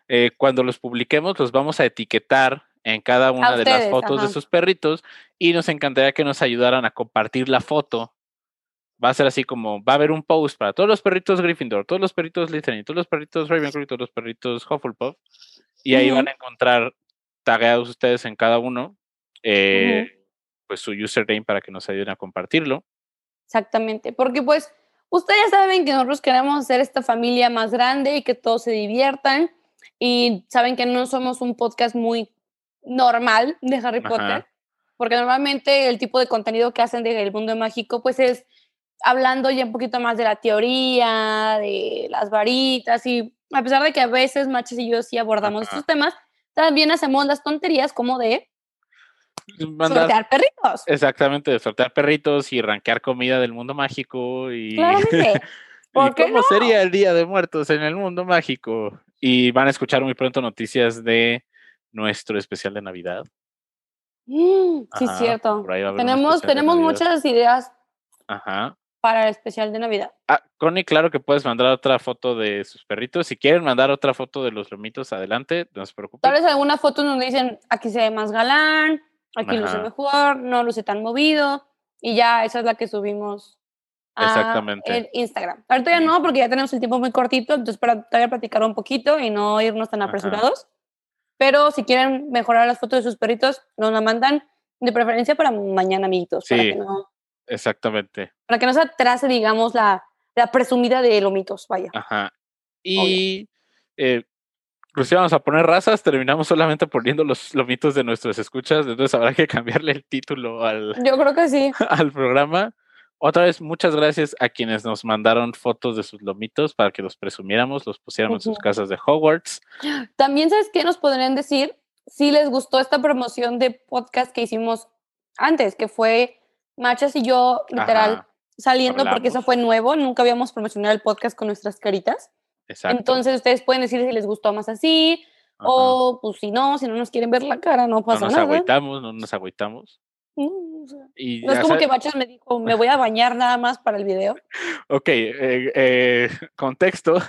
Speaker 1: eh, cuando los publiquemos los vamos a etiquetar en cada una de las
Speaker 2: ustedes,
Speaker 1: fotos
Speaker 2: ajá.
Speaker 1: de sus perritos y nos encantaría que nos ayudaran a compartir la foto. Va a ser así como, va a haber un post para todos los perritos Gryffindor, todos los perritos Slytherin, todos los perritos Ravenclaw y todos los perritos Hufflepuff. Y ahí van
Speaker 2: Ujú.
Speaker 1: a encontrar tagueados ustedes en cada uno, eh, pues su username para que nos ayuden a compartirlo.
Speaker 2: Exactamente, porque pues ustedes saben que nosotros queremos hacer esta familia más grande y que todos se diviertan y saben que no somos un podcast muy normal de Harry
Speaker 1: Ajá.
Speaker 2: Potter, porque normalmente el tipo de contenido que hacen de El Mundo Mágico pues es hablando ya un poquito más de la teoría, de las varitas y a pesar de que a veces Maches y yo sí abordamos
Speaker 1: Ajá.
Speaker 2: estos temas, también hacemos las tonterías como de
Speaker 1: Mandar
Speaker 2: sortear perritos.
Speaker 1: Exactamente, de sortear perritos y rankear comida del mundo mágico *laughs* y,
Speaker 2: Claramente.
Speaker 1: y
Speaker 2: ¿Por qué
Speaker 1: cómo
Speaker 2: no?
Speaker 1: sería el Día de Muertos en el mundo mágico. Y van a escuchar muy pronto noticias de nuestro especial de Navidad.
Speaker 2: Mm, sí, es
Speaker 1: Ajá,
Speaker 2: cierto.
Speaker 1: por ahí va a haber un
Speaker 2: Tenemos,
Speaker 1: especial de
Speaker 2: tenemos
Speaker 1: Navidad.
Speaker 2: muchas ideas
Speaker 1: Ajá.
Speaker 2: para el especial de Navidad.
Speaker 1: Ah, Connie, claro que puedes mandar otra foto de sus perritos. Si quieren mandar otra foto de los lomitos, adelante, no se preocupen.
Speaker 2: Tal vez algunas fotos donde dicen aquí se ve más galán, aquí luce
Speaker 1: Ajá.
Speaker 2: mejor, no luce tan movido, y ya esa es la que subimos a
Speaker 1: Exactamente.
Speaker 2: el Instagram. Ahorita ya no, porque ya tenemos el tiempo muy cortito, entonces para todavía platicar un poquito y no irnos tan
Speaker 1: Ajá.
Speaker 2: apresurados. Pero si quieren mejorar las fotos de sus perritos, nos la mandan de preferencia para mañana, amiguitos, para,
Speaker 1: Sí.
Speaker 2: que no,
Speaker 1: Exactamente.
Speaker 2: para que no se atrase, digamos, la, la presumida de lomitos, vaya.
Speaker 1: Ajá.
Speaker 2: Obvio.
Speaker 1: Y eh, pues íbamos a poner razas, terminamos solamente poniendo los lomitos de nuestros escuchas, entonces habrá que cambiarle el título al, *laughs*
Speaker 2: Yo creo que sí.
Speaker 1: al programa. Otra vez, muchas gracias a quienes nos mandaron fotos de sus lomitos para que los presumiéramos, los pusiéramos en sus
Speaker 2: Ujú.
Speaker 1: casas de Hogwarts.
Speaker 2: También, ¿sabes qué nos podrían decir? Si les gustó esta promoción de podcast que hicimos antes, que fue Machas y yo, literal,
Speaker 1: Ajá,
Speaker 2: saliendo, porque eso
Speaker 1: hablamos.
Speaker 2: fue nuevo, nunca habíamos promocionado el podcast con nuestras caritas.
Speaker 1: exacto.
Speaker 2: Entonces, ustedes pueden decir si les gustó más así,
Speaker 1: ajá.
Speaker 2: o pues si no, si no nos quieren ver la cara, no
Speaker 1: no
Speaker 2: pasa
Speaker 1: nos
Speaker 2: nada.
Speaker 1: agüitamos, no nos agüitamos.
Speaker 2: Mm, o sea,
Speaker 1: Y
Speaker 2: No es
Speaker 1: ya
Speaker 2: como
Speaker 1: sabe-
Speaker 2: que Machas me dijo, me voy a bañar nada más para el video.
Speaker 1: Ok, eh, eh, *laughs* contexto.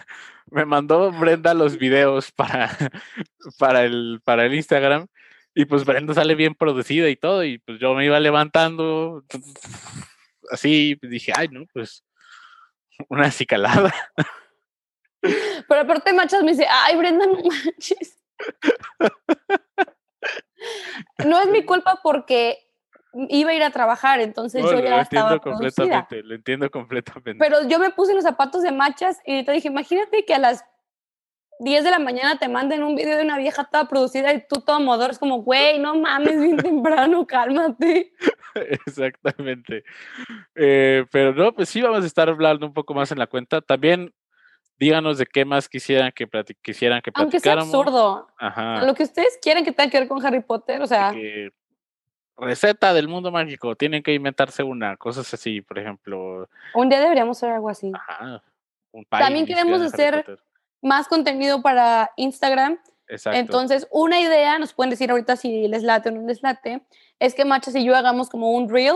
Speaker 1: Me mandó Brenda los videos para, *laughs* para, el, para el Instagram y pues Brenda sale bien producida y todo y pues yo me iba levantando *laughs* así, pues, dije, ay, no, pues *laughs* una acicalada.
Speaker 2: Pero aparte Machas me dice, ay Brenda, no manches. No es
Speaker 1: *laughs*
Speaker 2: mi culpa porque iba a ir a trabajar, entonces
Speaker 1: No,
Speaker 2: yo ya
Speaker 1: lo
Speaker 2: estaba
Speaker 1: entiendo
Speaker 2: producida.
Speaker 1: completamente, lo entiendo completamente.
Speaker 2: Pero yo me puse los zapatos de Machas y te dije, imagínate que a las 10 de la mañana te manden un video de una vieja toda producida y tú todo modor, es como, güey, no mames, bien
Speaker 1: *laughs*
Speaker 2: temprano, cálmate.
Speaker 1: Exactamente. Eh, pero no, pues sí vamos a estar hablando un poco más en la cuenta. También díganos de qué más quisieran que, plati- quisieran que
Speaker 2: Aunque sea
Speaker 1: platicáramos. Ah.
Speaker 2: absurdo.
Speaker 1: Ajá.
Speaker 2: Lo que ustedes quieren que tenga que ver con Harry Potter, o sea,
Speaker 1: que eh, receta del mundo mágico, tienen que inventarse una, cosas así, por ejemplo.
Speaker 2: un día deberíamos hacer algo así.
Speaker 1: Ajá, un
Speaker 2: Mm. También
Speaker 1: pie
Speaker 2: queremos
Speaker 1: inspirado en Harry
Speaker 2: hacer-
Speaker 1: Potter.
Speaker 2: Más contenido para Instagram.
Speaker 1: Exacto.
Speaker 2: Entonces, una idea, nos pueden decir ahorita si les late o no les late, es que Machas y yo hagamos como un reel,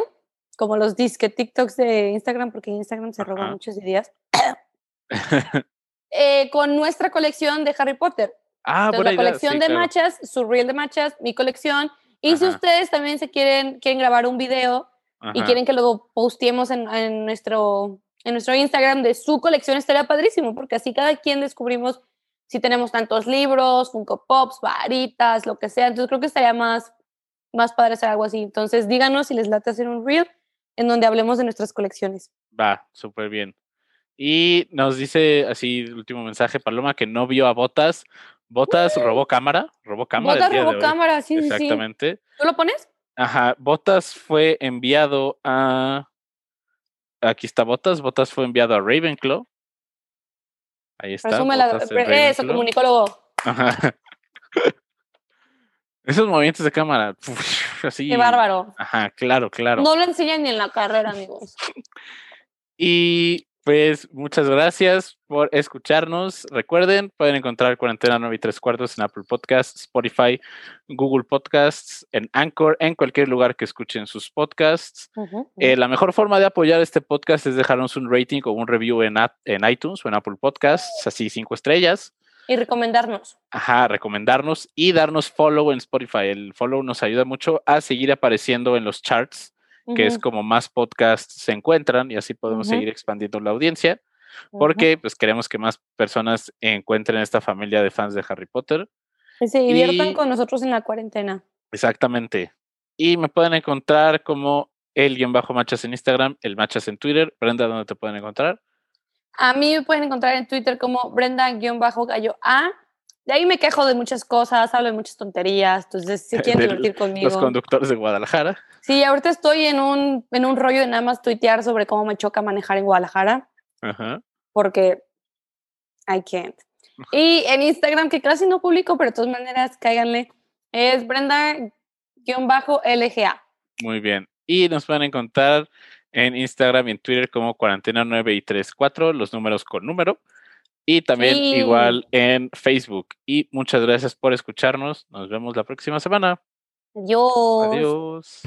Speaker 2: como los disque TikToks de Instagram, porque Instagram se roba
Speaker 1: Ajá. *laughs*
Speaker 2: muchas ideas, eh, con nuestra colección de Harry Potter.
Speaker 1: ah,
Speaker 2: Entonces,
Speaker 1: buena
Speaker 2: la
Speaker 1: idea,
Speaker 2: colección
Speaker 1: sí,
Speaker 2: de
Speaker 1: claro.
Speaker 2: Machas, su reel de Machas, mi colección. Y si
Speaker 1: Ajá.
Speaker 2: ustedes también se quieren, quieren grabar un video y
Speaker 1: Ajá.
Speaker 2: quieren que lo posteemos en, en nuestro, en nuestro Instagram de su colección, estaría padrísimo, porque así cada quien descubrimos si tenemos tantos libros, Funko Pops, varitas, lo que sea. Entonces creo que estaría más, más padre hacer algo así. Entonces díganos si les late hacer un reel en donde hablemos de nuestras colecciones.
Speaker 1: Va, súper bien. Y nos dice así, el último mensaje, Paloma, que no vio a Botas. Botas robó cámara, robó cámara. el
Speaker 2: Botas
Speaker 1: día de
Speaker 2: robó
Speaker 1: hoy.
Speaker 2: cámara, sí, sí, sí.
Speaker 1: Exactamente.
Speaker 2: ¿Tú lo pones?
Speaker 1: Ajá, Botas fue enviado a. Aquí está Botas. Botas fue enviado a Ravenclaw. Ahí está.
Speaker 2: Presume la,
Speaker 1: Bottas en
Speaker 2: pre- eh, eso,
Speaker 1: Ravenclaw.
Speaker 2: comunicólogo.
Speaker 1: Ajá. *laughs* Esos movimientos de cámara. Así.
Speaker 2: Qué bárbaro.
Speaker 1: Ajá, claro, claro.
Speaker 2: No lo enseñan ni en la carrera, amigos.
Speaker 1: Y pues muchas gracias por escucharnos. Recuerden, pueden encontrar Cuarentena 9 y 3 cuartos en Apple Podcasts, Spotify, Google Podcasts, en Anchor, en cualquier lugar que escuchen sus podcasts.
Speaker 2: Ujú,
Speaker 1: Eh, la mejor forma de apoyar este podcast es dejarnos un rating o un review en, at- en iTunes o en Apple Podcasts, así cinco estrellas.
Speaker 2: Y recomendarnos.
Speaker 1: Ajá, recomendarnos y darnos follow en Spotify. El follow nos ayuda mucho a seguir apareciendo en los charts, que es
Speaker 2: Ujú,
Speaker 1: como más podcasts se encuentran y así podemos
Speaker 2: Ujú.
Speaker 1: seguir expandiendo la audiencia,
Speaker 2: ujú.
Speaker 1: porque pues queremos que más personas encuentren esta familia de fans de Harry Potter.
Speaker 2: Que se diviertan
Speaker 1: y-
Speaker 2: con nosotros en la cuarentena.
Speaker 1: Exactamente. Y me pueden encontrar como el guión bajo machas en Instagram, el machas en Twitter. Brenda, ¿dónde te pueden encontrar?
Speaker 2: A mí me pueden encontrar en Twitter como Brenda-Gallo A. De ahí me quejo de muchas cosas, hablo de muchas tonterías, entonces
Speaker 1: *laughs*
Speaker 2: si quieren
Speaker 1: Del-
Speaker 2: divertir
Speaker 1: los
Speaker 2: conmigo.
Speaker 1: conductores de Guadalajara.
Speaker 2: Sí, ahorita estoy en un, en un rollo de nada más tuitear sobre cómo me choca manejar en Guadalajara,
Speaker 1: Ajá.
Speaker 2: porque I can't. Y en Instagram, que casi no publico, pero de todas maneras, cáiganle, es Brenda-LGA.
Speaker 1: Muy bien. Y nos van a encontrar en Instagram y en Twitter como cuarentena 9 y 34, los números con número. Y también
Speaker 2: Sí.
Speaker 1: igual en Facebook. Y muchas gracias por escucharnos. Nos vemos la próxima semana.
Speaker 2: Adiós.
Speaker 1: Adiós.